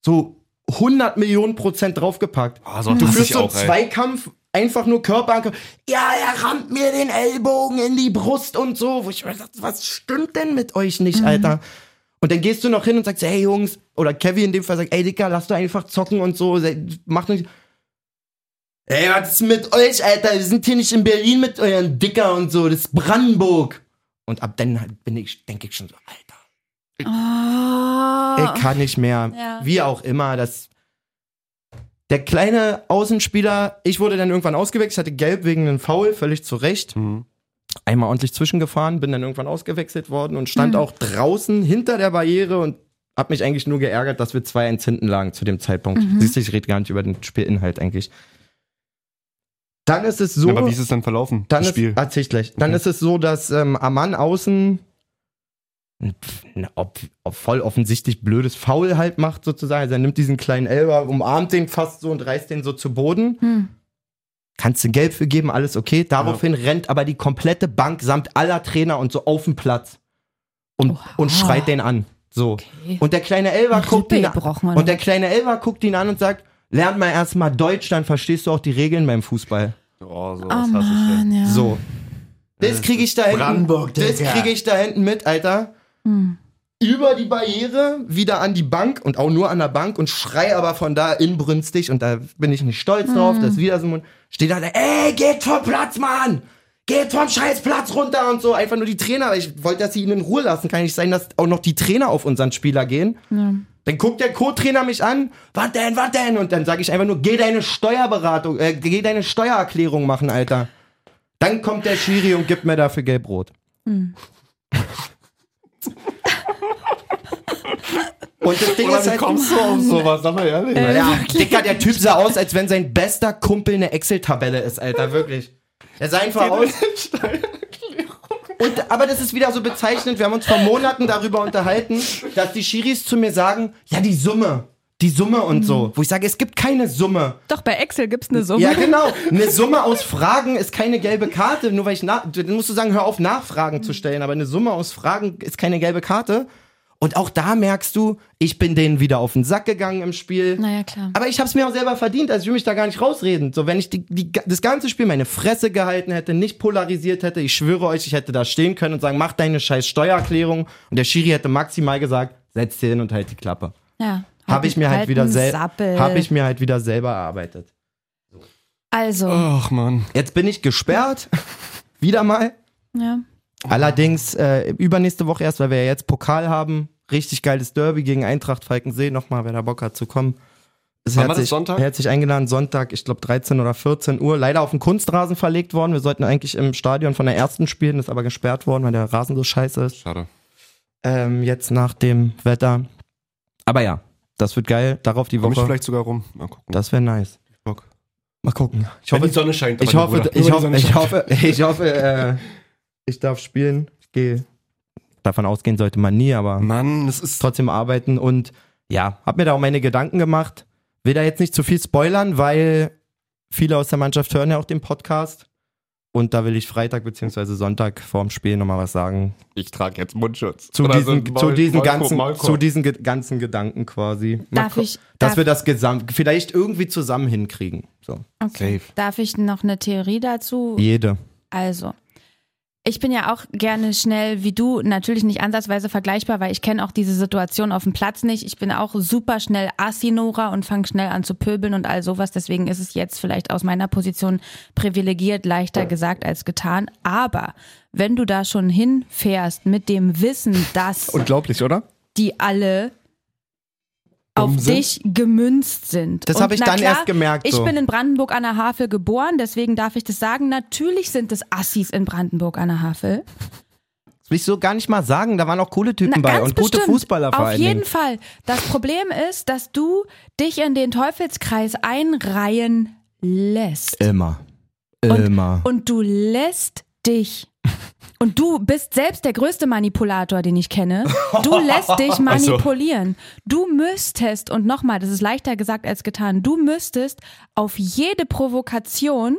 so 100 Millionen Prozent draufgepackt.
Ah, so
Du
hasse
führst
ich
so einen
auch, ey.
Zweikampf, einfach nur Körperangriff. Ja, er rammt mir den Ellbogen in die Brust und so. Wo ich mir dachte, was stimmt denn mit euch nicht, Alter? Und dann gehst du noch hin und sagst, hey Jungs, oder Kevin in dem Fall sagt, ey Dicker, lass doch einfach zocken und so. Se- Macht nicht. Ey, was ist mit euch, Alter? Wir sind hier nicht in Berlin mit euren Dicker und so. Das ist Brandenburg. Und ab dann halt bin ich, denke ich schon so, Alter
Oh.
ich kann nicht mehr.
Ja.
Wie auch immer, das. Der kleine Außenspieler, ich wurde dann irgendwann ausgewechselt, hatte gelb wegen einem Foul, völlig zu Recht.
Mhm.
Einmal ordentlich zwischengefahren, bin dann irgendwann ausgewechselt worden und stand auch draußen hinter der Barriere und hab mich eigentlich nur geärgert, dass wir 2-1 hinten lagen zu dem Zeitpunkt. Siehst du, ich rede gar nicht über den Spielinhalt eigentlich. Dann ist es so.
Aber wie ist es dann verlaufen?
Dann
das
ist,
Spiel.
erzähl ich gleich. Dann
Okay.
ist es so, dass ähm, Amann außen ein- ein ob, ob voll offensichtlich blödes Foul halt macht sozusagen. Also er nimmt diesen kleinen Elber, umarmt den fast so und reißt den so zu Boden.
Hm.
Kannst du Geld für geben, alles okay. Daraufhin rennt aber die komplette Bank samt aller Trainer und so auf den Platz und,
Oha.
und schreit den an. So. Und der kleine Elber
Rippe
guckt ihn an.
gebrochen, oder?
Und der kleine Elber guckt ihn an und sagt, lern mal erstmal Deutsch, dann verstehst du auch die Regeln beim Fußball.
Oh, so,
Oh Mann, ja.
So. Das kriege ich da hinten.
Brandenburg,
das
Digga.
kriege ich da hinten mit, Alter. Über die Barriere, wieder an die Bank und auch nur an der Bank und schrei aber von da inbrünstig und da bin ich nicht stolz drauf, dass wieder so ein Mund. Steht da, der, ey, geht vom Platz, Mann! Geht vom scheiß Platz runter und so. Einfach nur die Trainer. Ich wollte, dass sie ihn in Ruhe lassen. Kann nicht sein, dass auch noch die Trainer auf unseren Spieler gehen. Dann guckt der Co-Trainer mich an, was denn, was denn? Und dann sage ich einfach nur, geh deine Steuerberatung, äh, geh deine Steuererklärung machen, Alter. Dann kommt der Schiri und gibt mir dafür Gelbrot. und das Ding
Oder
ist
wie
halt,
kommst du auf sowas? Sag mal ehrlich.
Äh. Also
ja, Dicker, der Typ sah aus, als wenn sein bester Kumpel eine Excel-Tabelle ist, Alter, wirklich. Er sah einfach aus. Und, aber das ist wieder so bezeichnend. Wir haben uns vor Monaten darüber unterhalten, dass die Schiris zu mir sagen, ja, die Summe, die Summe und so. Wo ich sage, es gibt keine Summe.
Doch, bei Excel gibt's eine Summe.
Ja, genau. Eine Summe aus Fragen ist keine gelbe Karte. Nur weil ich na dann musst du sagen, hör auf, Nachfragen zu stellen. Aber eine Summe aus Fragen ist keine gelbe Karte. Und auch da merkst du, ich bin denen wieder auf den Sack gegangen im Spiel.
Naja, klar.
Aber ich hab's mir auch selber verdient, also ich will mich da gar nicht rausreden. So, wenn ich die, die, das ganze Spiel meine Fresse gehalten hätte, nicht polarisiert hätte, ich schwöre euch, ich hätte da stehen können und sagen, mach deine scheiß Steuererklärung. Und der Schiri hätte maximal gesagt, setz dir hin und halt die Klappe.
ja.
Habe ich mir halt wieder
einen
selber,
Sappel.
habe ich mir halt wieder selber erarbeitet. Oh.
Also,
Ach, Mann.
Jetzt bin ich gesperrt. wieder mal.
ja.
Allerdings äh, übernächste Woche erst, weil wir ja jetzt Pokal haben, Richtig geiles Derby gegen Eintracht Falkensee. Nochmal, wer da Bock hat zu kommen. Ist
Wann war das
herzlich,
Sonntag?
herzlich eingeladen. Sonntag, ich glaube 13 oder 14 Uhr. Leider auf den Kunstrasen verlegt worden. Wir sollten eigentlich im Stadion von der ersten spielen, ist aber gesperrt worden, weil der Rasen so scheiße ist.
Schade.
Ähm, jetzt nach dem Wetter. Aber ja, das wird geil. Darauf die
Komme ich
Woche.
vielleicht sogar rum. Mal gucken.
Das wäre nice.
Bock.
Mal gucken. Ich
Wenn
hoffe,
die Sonne scheint.
ich
mein
hoffe,
Bruder.
ich
Nur
hoffe,
die Sonne
ich hoffe, ich hoffe, äh, ich darf spielen. Ich gehe. Mhm. Davon ausgehen sollte man nie, aber
scheint. Mann, das ist
trotzdem arbeiten und ja, hab mir da auch meine Gedanken gemacht. Will da jetzt nicht zu viel spoilern, weil viele aus der Mannschaft hören ja auch den Podcast. Und da will ich Freitag beziehungsweise Sonntag vorm Spiel nochmal was sagen.
Ich trage jetzt Mundschutz.
Zu
Oder
diesen,
so ein
zu
Maul-
diesen
Maulkorb,
ganzen,
Maulkorb.
zu diesen ge ganzen Gedanken quasi. Mal
Darf
gu-
ich-
Dass
darf-
wir das gesamt, vielleicht irgendwie zusammen hinkriegen. So.
Okay.
Safe.
Darf ich noch eine Theorie dazu?
Jede.
Also, ich bin ja auch gerne schnell wie du, natürlich nicht ansatzweise vergleichbar, weil ich kenne auch diese Situation auf dem Platz nicht. Ich bin auch super schnell Assinora und fange schnell an zu pöbeln und all sowas. Deswegen ist es jetzt vielleicht aus meiner Position privilegiert, leichter gesagt als getan. Aber wenn du da schon hinfährst mit dem Wissen, dass
Unglaublich, oder?
die alle auf
sind?
dich gemünzt sind.
Das
Und
habe ich
na
dann erst gemerkt,
Ich
so.
bin in Brandenburg an der Havel geboren, deswegen darf ich das sagen. Natürlich sind es Assis in Brandenburg an der Havel.
Das will ich so gar nicht mal sagen. Da waren auch coole Typen
Na,
bei
ganz
und
bestimmt.
gute Fußballer vor
Auf
allen Dingen.
jeden Fall. Das Problem ist, dass du dich in den Teufelskreis einreihen lässt.
Immer.
Und-
Immer.
Und du lässt dich. Und du bist selbst der größte Manipulator, den ich kenne. Du lässt dich manipulieren. Du müsstest, und nochmal, das ist leichter gesagt als getan, du müsstest auf jede Provokation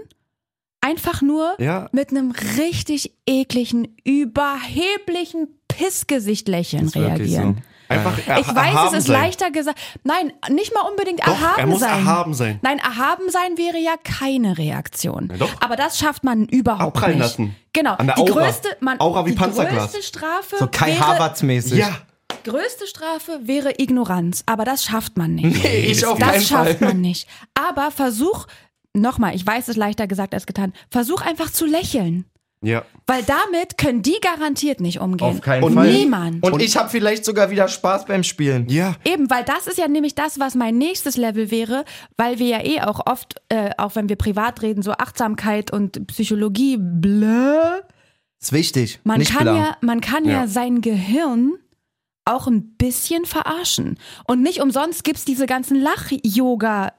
einfach nur
Ja.
mit einem richtig ekligen, überheblichen Pissgesicht lächeln reagieren.
Einfach
Ich weiß,
erhaben
es ist
sein.
leichter gesagt. Nein, nicht mal unbedingt
Doch,
erhaben
er muss
sein.
erhaben sein.
Nein, erhaben sein wäre ja keine Reaktion.
Na doch.
Aber das schafft man überhaupt
Abprallen
nicht.
lassen.
Genau.
An der
die
Aura.
größte, man,
Aura wie
die
Panzerglas.
größte Strafe
So Kai
wäre,
Havertz-mäßig.
Ja.
größte Strafe wäre Ignoranz. Aber das schafft man nicht.
Nee, ich auf
das
keinen
schafft
Fall.
man nicht. Aber versuch nochmal. Ich weiß, es ist leichter gesagt als getan. Versuch einfach zu lächeln,
Ja.
weil damit können die garantiert nicht umgehen.
Auf keinen
Und
Fall.
Niemand.
Und ich habe vielleicht sogar wieder Spaß beim Spielen.
Ja.
Eben, weil das ist ja nämlich das, was mein nächstes Level wäre, weil wir ja eh auch oft, äh, auch wenn wir privat reden, so Achtsamkeit und Psychologie, bläh.
Ist wichtig.
Man
nicht
kann
blau.
ja, man kann ja.
Ja.
sein Gehirn auch ein bisschen verarschen. Und nicht umsonst gibt's diese ganzen
ja,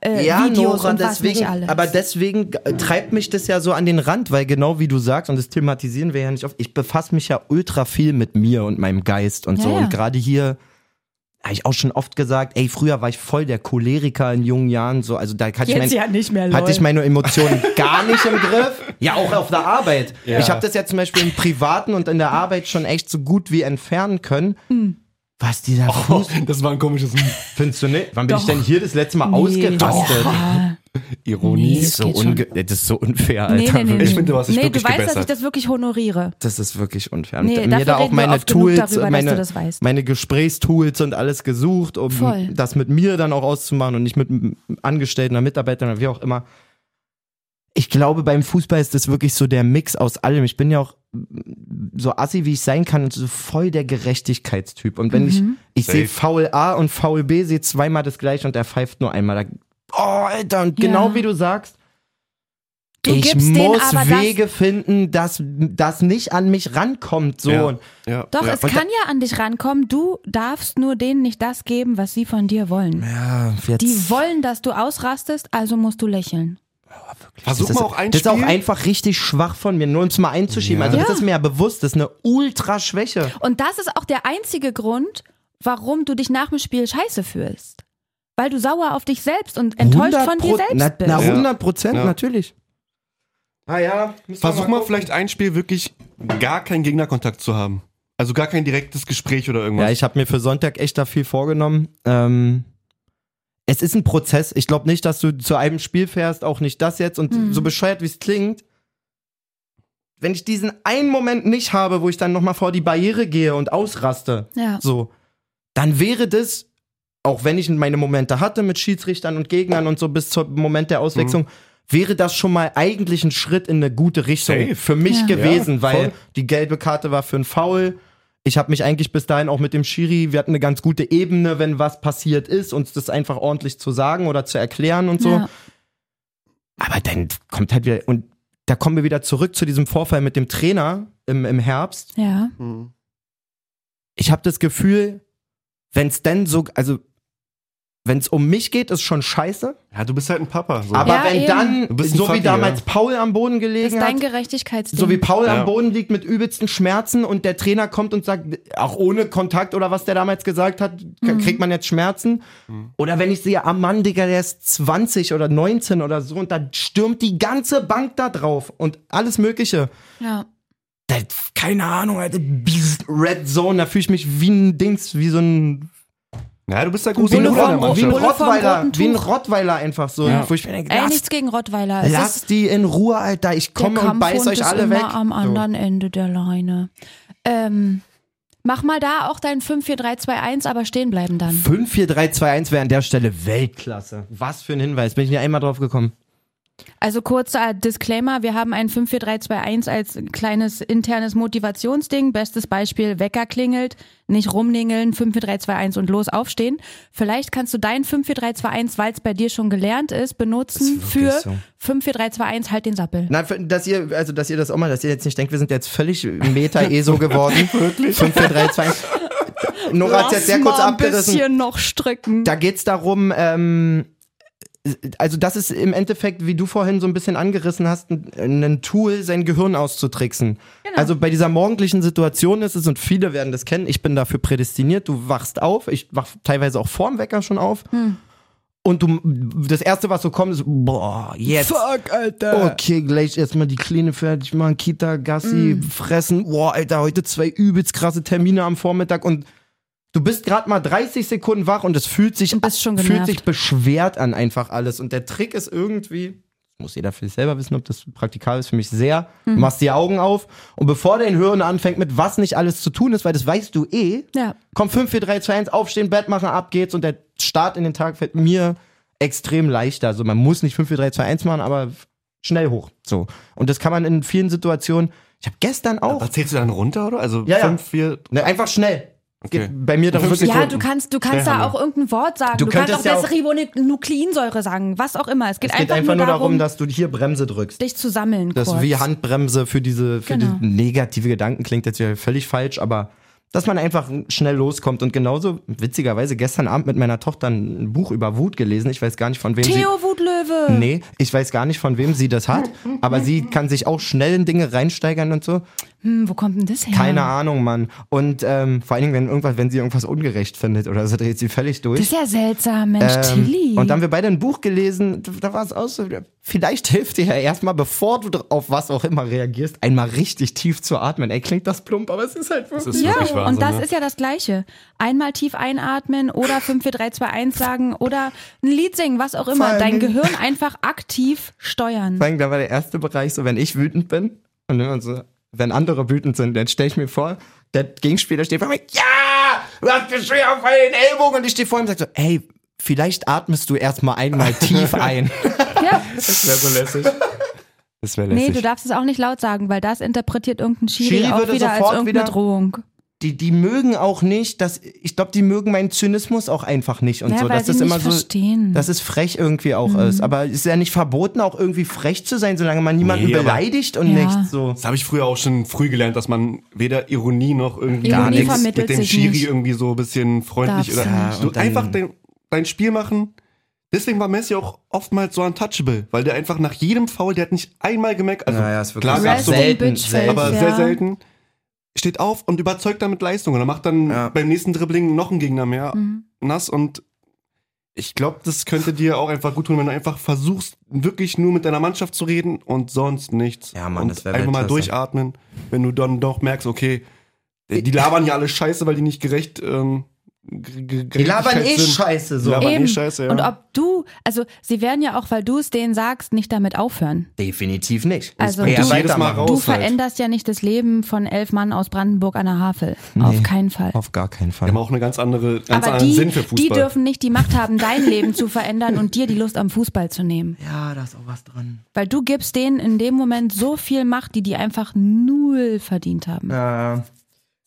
Lach-Yoga-Videos
Nora,
Äh, und was
deswegen,
nicht alles.
aber deswegen äh, treibt mich das ja so an den Rand, weil genau wie du sagst, und das thematisieren wir ja nicht oft, ich befasse mich ja ultra viel mit mir und meinem Geist und
Ja,
so.
ja.
Und gerade hier habe ich auch schon oft gesagt, ey, früher war ich voll der Choleriker in jungen Jahren, so, also da hatte ich
Jetzt
mein,
ja nicht mehr, lol.
hatte ich meine Emotionen gar nicht im Griff. Ja, auch auf der Arbeit. Ich habe das ja zum Beispiel im Privaten und in der Arbeit schon echt so gut wie entfernen können.
Hm.
Was dieser Fuß...
Das war ein komisches
Findest du nicht? Wann bin
Doch.
ich denn hier das letzte Mal
Nee.
ausgerastet?
Ah,
Ironie.
Nee, das
so
geht schon.
unge das ist so unfair,
nee,
Alter.
nee, nee, nee.
Ich finde, du hast dich
nee,
wirklich
du weißt, dass ich
gebessert.
das wirklich honoriere.
Das ist wirklich unfair.
Nee,
Und
dafür
mir da auch
reden wir
meine
oft genug
Tools,
darüber, dass
meine,
du das weißt.
meine Gesprächstools und alles gesucht, um
Voll.
das mit mir dann auch auszumachen und nicht mit m- Angestellten oder Mitarbeitern oder wie auch immer. Ich glaube, beim Fußball ist das wirklich so der Mix aus allem. Ich bin ja auch mm, so assi, wie ich sein kann, und so voll der Gerechtigkeitstyp. Und wenn
Mhm.
ich, ich sehe Foul A und Foul B, sehe zweimal das gleiche und er pfeift nur einmal. Da, oh, Alter, und
Ja.
genau wie du sagst,
Du
ich
gibst denen
muss
aber das
Wege finden, dass das nicht an mich rankommt. So.
Ja. Ja.
Doch,
ja.
es kann ja an dich rankommen. Du darfst nur denen nicht das geben, was sie von dir wollen.
Ja, Ah, jetzt-
Die wollen, dass du ausrastest, also musst du lächeln.
Versuch
das,
mal auch ein
das ist auch
Spiel.
einfach richtig schwach von mir, nur um es mal einzuschieben. Also
Ja.
das ist mir ja bewusst, das ist eine Ultraschwäche.
Und das ist auch der einzige Grund, warum du dich nach dem Spiel scheiße fühlst. Weil du sauer auf dich selbst und enttäuscht von dir
100%
selbst
Na, na
bist.
Ja.
100 Prozent,
Ja.
natürlich. Ah ja, müssen wir
Versuch mal
gucken.
vielleicht ein Spiel wirklich gar keinen Gegnerkontakt zu haben. Also gar kein direktes Gespräch oder irgendwas.
Ja, ich habe mir für Sonntag echt da viel vorgenommen. Ähm, es ist ein Prozess. Ich glaube nicht, dass du zu einem Spiel fährst, auch nicht das jetzt. Und so bescheuert, wie es klingt, wenn ich diesen einen Moment nicht habe, wo ich dann nochmal vor die Barriere gehe und ausraste,
Ja.
so, dann wäre das, auch wenn ich meine Momente hatte mit Schiedsrichtern und Gegnern und so bis zum Moment der
Mhm.
Auswechslung, wäre das schon mal eigentlich ein Schritt in eine gute Richtung
Safe.
für mich
Ja.
gewesen,
Ja,
weil
voll.
die gelbe Karte war für ein Foul. Ich habe mich eigentlich bis dahin auch mit dem Schiri, wir hatten eine ganz gute Ebene, wenn was passiert ist, uns das einfach ordentlich zu sagen oder zu erklären und so.
Ja.
Aber dann kommt halt wieder, und da kommen wir wieder zurück zu diesem Vorfall mit dem Trainer im, im Herbst.
ja.
Mhm.
Ich habe das Gefühl, wenn es denn so, also wenn es um mich geht, ist schon scheiße.
Ja, du bist halt ein Papa. So.
Aber
Ja,
wenn
eben.
Du
dann,
bist ein
so wie
Fucky,
damals
ja.
Paul am Boden
Das
gelegen
ist dein
hat,
Gerechtigkeitsding.
so wie Paul
Ja.
am Boden liegt mit übelsten Schmerzen und der Trainer kommt und sagt, auch ohne Kontakt oder was der damals gesagt hat,
Mhm.
k- kriegt man jetzt Schmerzen.
Mhm.
Oder wenn ich sehe, ah Mann, Digga, der ist 20 oder 19 oder so und dann stürmt die ganze Bank da drauf und alles Mögliche.
ja.
Da, keine Ahnung, Alter, bzzzt, Red Zone, da fühle ich mich wie ein Dings, wie so ein,
Ja, du bist der
wie
große
ein,
Bruder
Rott,
der
wie ein
Mannschaft.
Bulle vom
Rottweiler,
roten
wie ein
Tuch.
Rottweiler einfach so,
Ja.
wo ich mir denke,
Ey,
lass
nichts gegen Rottweiler. Es ist
Lasst die in Ruhe, Alter.
Der
Ich komme und
Kampfhund
beiß euch
ist
alle
immer
weg.
am anderen Ende der Leine. Ähm, mach mal da auch dein 5-4-3-2-1, aber stehen bleiben dann.
5, 4, 3, 2, 1 wäre an der Stelle Weltklasse. Was für ein Hinweis. Bin ich nicht einmal drauf gekommen.
Also kurzer Disclaimer, wir haben ein 5-4-3-2-1 als kleines internes Motivationsding. Bestes Beispiel, Wecker klingelt, nicht rumningeln, 5-4-3-2-1 und los aufstehen. Vielleicht kannst du dein 5-4-3-2-1, weil es bei dir schon gelernt ist, benutzen
Ist wirklich
für
so.
5-4-3-2-1 halt den Sappel.
Nein, für- dass ihr, also, dass ihr das auch mal, dass ihr jetzt nicht denkt, wir sind jetzt völlig Meta-ESO geworden. Wirklich? 5, 4, 3, 2, 1. Nora hat jetzt sehr kurz
mal ein
abgerissen.
bisschen noch stricken.
Da geht's darum, ähm, also das ist im Endeffekt, wie du vorhin so ein bisschen angerissen hast, ein, ein Tool, sein Gehirn auszutricksen. Also bei dieser morgendlichen Situation ist es, und viele werden das kennen, ich bin dafür prädestiniert, du wachst auf, ich wach teilweise auch vorm Wecker schon auf. Und du, das erste, was so kommt, ist, boah, jetzt.
Fuck, Alter.
Okay, gleich erstmal die Kleine fertig machen, Kita, Gassi,
Mm.
fressen. Boah, Alter, heute zwei übelst krasse Termine am Vormittag und du bist gerade mal 30 Sekunden wach und es fühlt sich,
Und bist schon
fühlt
genervt.
sich beschwert an einfach alles. Und der Trick ist irgendwie, das muss jeder für sich selber wissen, ob das praktikabel ist, für mich sehr, du
Mhm.
machst die Augen auf und bevor dein Hirn anfängt mit was nicht alles zu tun ist, weil das weißt du eh,
Ja.
komm 5, 4, 3, 2, 1, aufstehen, Bett machen, ab geht's und der Start in den Tag fällt mir extrem leichter. Also man muss nicht 5, 4, 3, 2, 1 machen, aber schnell hoch. So. Und das kann man in vielen Situationen, ich habe gestern auch,
Was zählst du dann runter, oder? Also
Ja, ja.
5, 4.
ne, einfach schnell. Es
Okay.
Geht bei mir darum,
Fünf
wirklich
Ja,
Sekunden.
du kannst, du kannst da
Schnellhammer.
auch irgendein Wort sagen.
Du
Du, kannst auch
könntest ja auch-
Desaribonukleinsäure sagen, was auch immer. Es geht,
Es geht
einfach, nur darum,
dass du hier Bremse drückst.
dich zu sammeln.
Das
kurz.
wie Handbremse für diese für
Genau.
die negative Gedanken klingt jetzt wieder völlig falsch, aber dass man einfach schnell loskommt und genauso witzigerweise gestern Abend mit meiner Tochter ein Buch über Wut gelesen. Ich weiß gar nicht von wem sie
Theo Wutlöwe.
Nee, ich weiß gar nicht, von wem sie das hat, aber sie kann sich auch schnell in Dinge reinsteigern und so.
Hm, wo kommt denn das her?
Keine Ahnung, Mann. Und ähm, vor allen Dingen, wenn, irgendwas, wenn sie irgendwas ungerecht findet oder so, dreht sie völlig durch.
Das ist ja seltsam, Mensch,
Ähm,
Tilly.
Und dann haben wir beide ein Buch gelesen, da- da war es auch so, vielleicht hilft dir ja erstmal, bevor du dr- auf was auch immer reagierst, einmal richtig tief zu atmen. Ey, klingt das plump, aber es ist halt wirklich...
ist
ja,
wirklich Wahnsinn,
und das
ne?
ist ja das Gleiche. Einmal tief einatmen oder 5, 4, 3, 2, 1 sagen oder ein Lied singen, was auch immer.
allem-
Dein Gehirn einfach aktiv steuern.
Vor allem, da war der erste Bereich so, wenn ich wütend bin und wenn, man so, wenn andere wütend sind, dann stelle ich mir vor, der Gegenspieler steht vor mir, ja, du hast mich schwer auf den Ellbogen und ich stehe vor ihm und sage so, ey, vielleicht atmest du erstmal einmal tief ein.
Ja.
Das wäre so lässig. Das wäre
Nee,
lässig.
du darfst es auch nicht laut sagen, weil das interpretiert irgendein Schiri,
Schiri
auch
würde
wieder als
sofort
irgendeine
wieder-
Drohung.
die, die mögen auch nicht, dass ich glaube, die mögen meinen Zynismus auch einfach nicht und
Ja,
so.
weil
dass
sie
das
nicht
immer so,
verstehen. Mhm.
dass es frech irgendwie auch ist. Aber es ist ja nicht verboten, auch irgendwie frech zu sein, solange man niemanden
Nee, aber-
beleidigt und
Ja.
nichts so.
Das habe ich früher auch schon früh gelernt, dass man weder Ironie noch irgendwie
Ironie
gar nichts
vermittelt
mit dem
sich
Schiri
nicht.
irgendwie so ein bisschen freundlich
Darf's
oder
nicht.
Ja,
du
und dann-
einfach dein, dein Spiel machen. Deswegen war Messi auch oftmals so untouchable, weil der einfach nach jedem Foul, der hat nicht einmal gemerkt, also
Naja, ist wirklich
klar,
so.
gab's so,
Rest in
selten,
Bitch
selten.
Face,
aber
ja.
sehr selten, steht auf und überzeugt damit Leistung und er macht dann
Ja.
beim nächsten Dribbling noch einen Gegner mehr
Mhm.
nass und ich glaube, das könnte dir auch einfach gut tun, wenn du einfach versuchst, wirklich nur mit deiner Mannschaft zu reden und sonst nichts.
Ja, Mann,
und
das wär
einfach mal
Weltklasse.
durchatmen, wenn du dann doch merkst, okay, die die labern ja alle Scheiße, weil die nicht gerecht. Ähm,
Die labern eh scheiße so.
Labern- Aber
Eben.
nee, scheiße, ja.
Und ob du, also sie werden ja auch, weil du es denen sagst, nicht damit aufhören.
Definitiv nicht.
Also
Eher
du-
jedes
weitermachen.
Mal raus.
Du
Haushalt.
veränderst ja nicht das Leben von elf Mann aus Brandenburg an der Havel. Auf keinen Fall.
Auf gar keinen
Die haben
Fall.
auch eine ganz andere, ganz
Aber
anderen
die,
Sinn für Fußball.
die dürfen nicht die Macht haben, dein Leben zu verändern und dir die Lust am Fußball zu nehmen.
Ja, da ist auch was dran.
Weil du gibst denen in dem Moment so viel Macht, die die einfach null verdient haben.
Äh,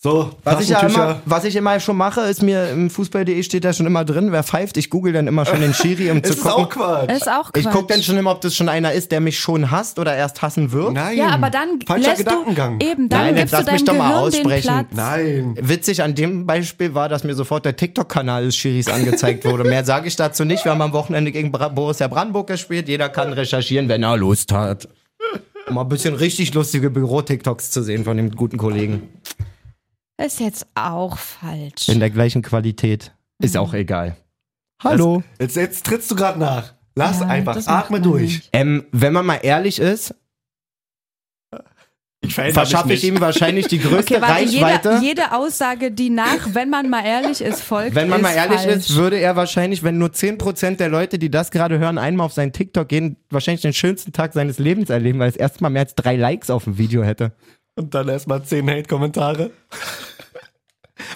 So,
Was ich, ja immer,
Taschentücher.
was ich immer schon mache, ist mir im Fußball.de steht da schon immer drin, wer pfeift. Ich google dann immer schon den Schiri, um zu
ist auch
gucken.
Quatsch.
Ist auch Quatsch.
Ich gucke dann schon immer, ob das schon einer ist, der mich schon hasst oder erst hassen wird.
Nein.
ja, aber dann
Falscher
lässt
Gedankengang.
du eben, dann
Nein, jetzt
gibst du
lass mich
deinem
doch mal
Gehirn
aussprechen.
den Platz.
Nein.
Witzig an dem Beispiel war, dass mir sofort der TikTok-Kanal des Schiris angezeigt wurde. Mehr sage ich dazu nicht. Wir haben am Wochenende gegen Bra Borussia Brandenburg gespielt. Jeder kann recherchieren, wenn er Lust hat. Um mal ein bisschen richtig lustige Büro-TikToks zu sehen von dem guten Kollegen.
Ist jetzt auch falsch.
In der gleichen Qualität. Ist auch egal. Hallo.
Jetzt, jetzt trittst du gerade nach. Lass
Ja,
einfach,
das macht
atme
man
durch.
nicht.
Ähm, wenn man mal ehrlich ist,
Ich verändere
verschaffe ich ihm wahrscheinlich die größte
Okay, warte,
Reichweite.
jede, jede Aussage, die nach, wenn man mal ehrlich ist, folgt,
wenn man
ist
mal ehrlich
falsch.
ist, würde er wahrscheinlich, wenn nur 10% der Leute, die das gerade hören, einmal auf seinen TikTok gehen, wahrscheinlich den schönsten Tag seines Lebens erleben, weil es erstmal mehr als drei Likes auf dem Video hätte.
Und dann erstmal 10 Hate-Kommentare.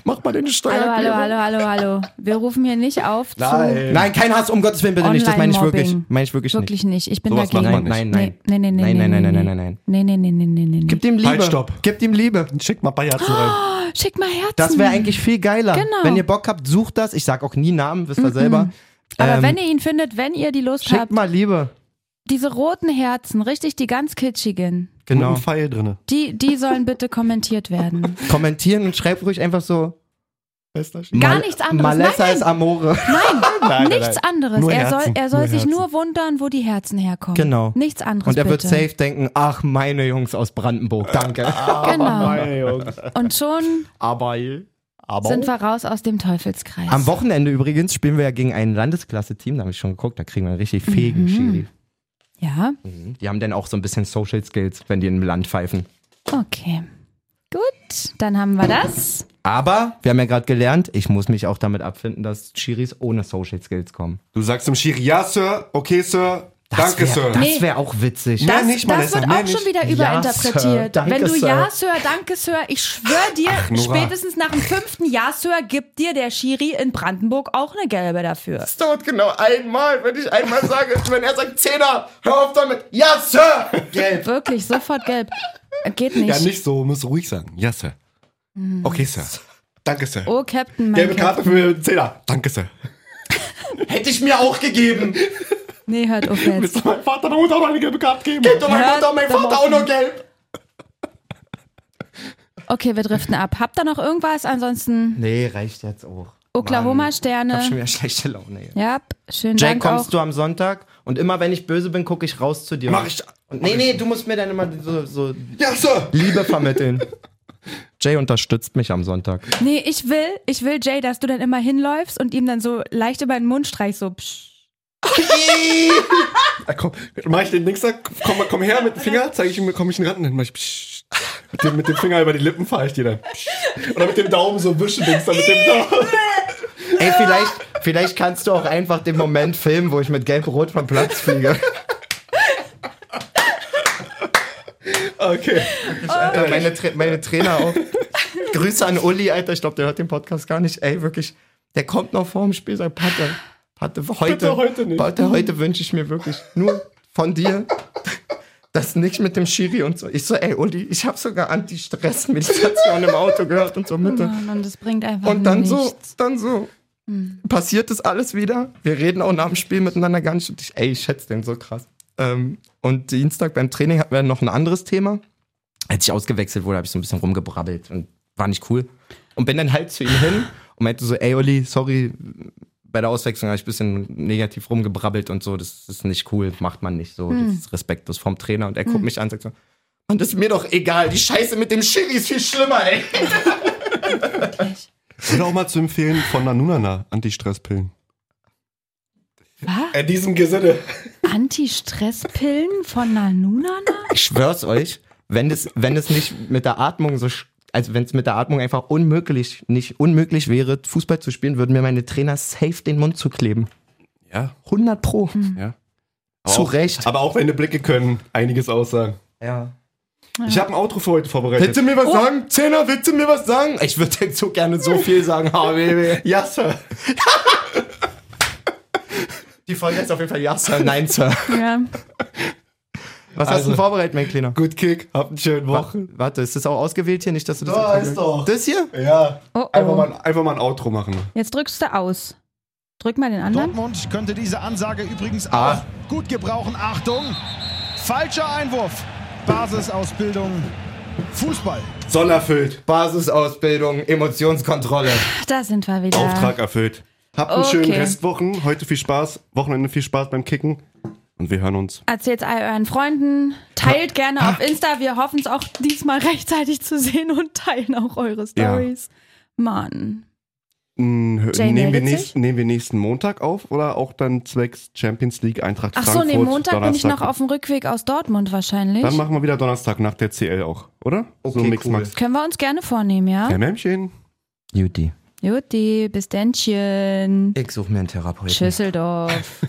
Mach mal den
hallo, hallo,
Steuererklärung.
hallo, hallo, hallo. Wir rufen hier nicht auf zu...
Nein.
Nein, kein Hass, um Gottes Willen, bitte nicht. Das meine ich
Online-Mobbing.
wirklich. Meine ich wirklich,
Wirklich nicht. Ich bin
Sowas
nicht.
dagegen.
macht
Nein,
man
nein, nein.
Nein, nein, nein,
Nein,
nein,
nein,
nein,
nein, nein, nein, nein.
Nee, nee, nee, nee, nee, nee.
Gib dem Liebe.
Halt, stopp.
Gib dem Liebe.
Schick mal ein paar Herzen
Oh!
rein.
Schick mal Herzen.
Das wäre eigentlich viel geiler.
Hm. Genau.
Wenn ihr Bock habt, sucht das. Ich sag auch nie Namen, wisst ihr selber.
Aber
Ähm,
wenn ihr ihn findet, wenn ihr die Lust
Schickt
habt,
mal Liebe.
diese roten Herzen, richtig die ganz kitschigen,
Mit
Genau.
einem Pfeil drinne.
die, die sollen bitte kommentiert werden.
Kommentieren und schreibt ruhig einfach so.
Gar
Mal-
nichts anderes.
Malessa
Nein,
ist Amore.
Nein,
Nein, nein,
nichts
nein.
anderes.
Nur
er soll,
Herzen,
er soll
nur
sich
Herzen.
nur wundern, wo die Herzen herkommen.
Genau.
Nichts anderes.
Und er wird
bitte.
safe denken, ach, meine Jungs aus Brandenburg, danke.
Genau. Und schon
Aber
sind wir raus aus dem Teufelskreis.
am Wochenende übrigens spielen wir ja gegen ein Landesklasse-Team, da habe ich schon geguckt, da kriegen wir einen richtig fähigen
Mhm.
Schiri.
ja,
Die haben dann auch so ein bisschen Social Skills, wenn die im Land pfeifen.
okay. Gut, dann haben wir das.
Aber wir haben ja gerade gelernt, ich muss mich auch damit abfinden, dass Schiris ohne Social Skills kommen.
Du sagst dem Schiri, ja, Sir, okay, Sir, danke,
wär-
Sir.
Das wäre auch witzig.
Mehr
Das,
nicht,
das
Vanessa,
wird
mehr
auch schon
nicht.
wieder
Ja, Sir.
überinterpretiert.
Danke,
Wenn du
Sir.
Ja, Sir, danke, Sir, ich schwöre dir,
Nora.
spätestens nach dem fünften Ja, Sir, gibt dir der Schiri in Brandenburg auch eine gelbe dafür.
Das dauert genau einmal, wenn ich einmal sage, wenn er sagt, Zehner, hör auf damit, ja, Sir, gelb.
Wirklich, sofort gelb. Geht nicht. Mhm.
Ja, nicht so, musst ruhig sagen. Ja, Sir. Okay, Sir. Danke, Sir.
Oh, Captain, mein
Gelbe
Captain.
Karte für den Zehner. Danke, Sir.
Hätte ich mir auch gegeben.
Nee, hört auf jetzt.
Mein Vater, meine Mutter auch eine gelbe Karte geben.
Und mein
Hört
Vater, mein
doch
Vater
auf.
auch noch gelb.
Okay, wir driften ab. Habt ihr noch irgendwas? Ansonsten
Nee, reicht jetzt auch.
Oh,
Ich hab schon
Oklahoma-Sterne.
wieder schlechte Laune. Ey.
Ja, schönen
Jake,
Dank
kommst
auch.
du am Sonntag? Und immer wenn ich böse bin, gucke ich raus zu dir.
Mach ich-
Und nee, nee, du musst mir dann immer so, so
Ja, Sir.
Liebe vermitteln. Jay unterstützt mich am Sonntag.
Nee, ich will, ich will, Jay, dass du dann immer hinläufst und ihm dann so leicht über den Mund streichst, so psch.
Ah, komm, mach ich den Dings da, komm, komm her mit dem Finger, zeige ich ihm, komm ich den Ratten hin. Mach ich, psch. mit, dem, mit dem Finger über die Lippen fahre ich dir dann. Psch. Oder mit dem Daumen so wischen Dings da, mit dem Daumen.
Ey, vielleicht, vielleicht kannst du auch einfach den Moment filmen, wo ich mit Gelb-Rot vom Platz fliege.
Okay.
Alter, Äh, meine, Tra meine Trainer auch. Grüße an Uli, Alter. Ich glaube, der hört den Podcast gar nicht. Ey, wirklich. Der kommt noch vor dem Spiel, sagt Patte. Patte, heute.
Bitte heute nicht.
Patte, heute wünsche ich mir wirklich nur von dir, das nicht mit dem Schiri und so. Ich so, ey, Uli, ich habe sogar Anti-Stress-Meditation im Auto gehört und so, Mitte.
Oh Mann, und das bringt einfach
Und dann
nichts. Hm.
so, dann so. Passiert das alles wieder? Wir reden auch nach dem Spiel miteinander gar nicht. Und ich, ey, ich schätze den so krass. Ähm, und Dienstag beim Training hatten wir noch ein anderes Thema. Als ich ausgewechselt wurde, habe ich so ein bisschen rumgebrabbelt und war nicht cool. Und bin dann halt zu ihm hin und meinte so, ey Olli, sorry, bei der Auswechslung habe ich ein bisschen negativ rumgebrabbelt und so. Das ist nicht cool, macht man nicht so.
Hm.
Das ist respektlos vom Trainer. Und er guckt mich an und sagt so, Mann, das ist mir doch egal. Die Scheiße mit dem Schiri ist viel schlimmer, ey.
Oder auch mal zu empfehlen von Nanunana, Antistresspillen.
Was?
In Äh, diesem Gesinne.
Anti-Stress-Pillen von Nanunana?
Ich schwör's euch, wenn es, wenn es nicht mit der Atmung so, sch- also wenn es mit der Atmung einfach unmöglich, nicht unmöglich wäre, Fußball zu spielen, würden mir meine Trainer safe den Mund zukleben.
Ja,
100 pro.
ja.
Zu Recht.
Aber auch deine Blicke können einiges aussagen.
Ja.
Ich habe ein Outro für heute vorbereitet.
Willst du mir was sagen? Zehner, willst du mir was sagen? Ich würde so gerne so viel sagen, HBB.
Ja, Sir.
Die Folge ist auf jeden Fall Ja, Sir, Nein, Sir.
Ja.
Was hast du denn vorbereitet, mein Kleiner?
Good Kick, habt einen schönen
Wa-
Wochen.
Warte, ist das auch ausgewählt hier? Nicht, dass du das.
Da ist doch.
Das hier?
Ja.
Oh, oh.
Einfach, mal, einfach mal ein Outro machen.
Jetzt drückst du aus. Drück mal den anderen.
Dortmund könnte diese Ansage übrigens auch
Ah.
gut gebrauchen. Achtung! Falscher Einwurf. Basisausbildung. Fußball.
Soll erfüllt.
Basisausbildung, Emotionskontrolle.
Da sind wir wieder.
Auftrag erfüllt. Habt einen schönen
Okay.
Restwochen. Heute viel Spaß. Wochenende viel Spaß beim Kicken. Und wir hören uns.
Erzählt all euren Freunden. Teilt gerne auf Insta. Wir hoffen es auch diesmal rechtzeitig zu sehen und teilen auch eure Stories. Mann.
Mm, hö-
Jay
nehmen, wir
meldet
nächst,
sich?
nehmen wir nächsten Montag auf oder auch dann zwecks Champions League Eintracht
Ach so,
Frankfurt?
nee, Montag bin ich noch
Donnerstag.
auf dem Rückweg aus Dortmund wahrscheinlich.
Dann machen wir wieder Donnerstag nach der CL auch, oder?
Okay, cool.
Mix-Max.
Können wir uns gerne vornehmen, ja?
Ja, Mämmchen.
Juti.
Juti, bis Dännchen.
Ich suche mir einen Therapeuten.
Schüsseldorf.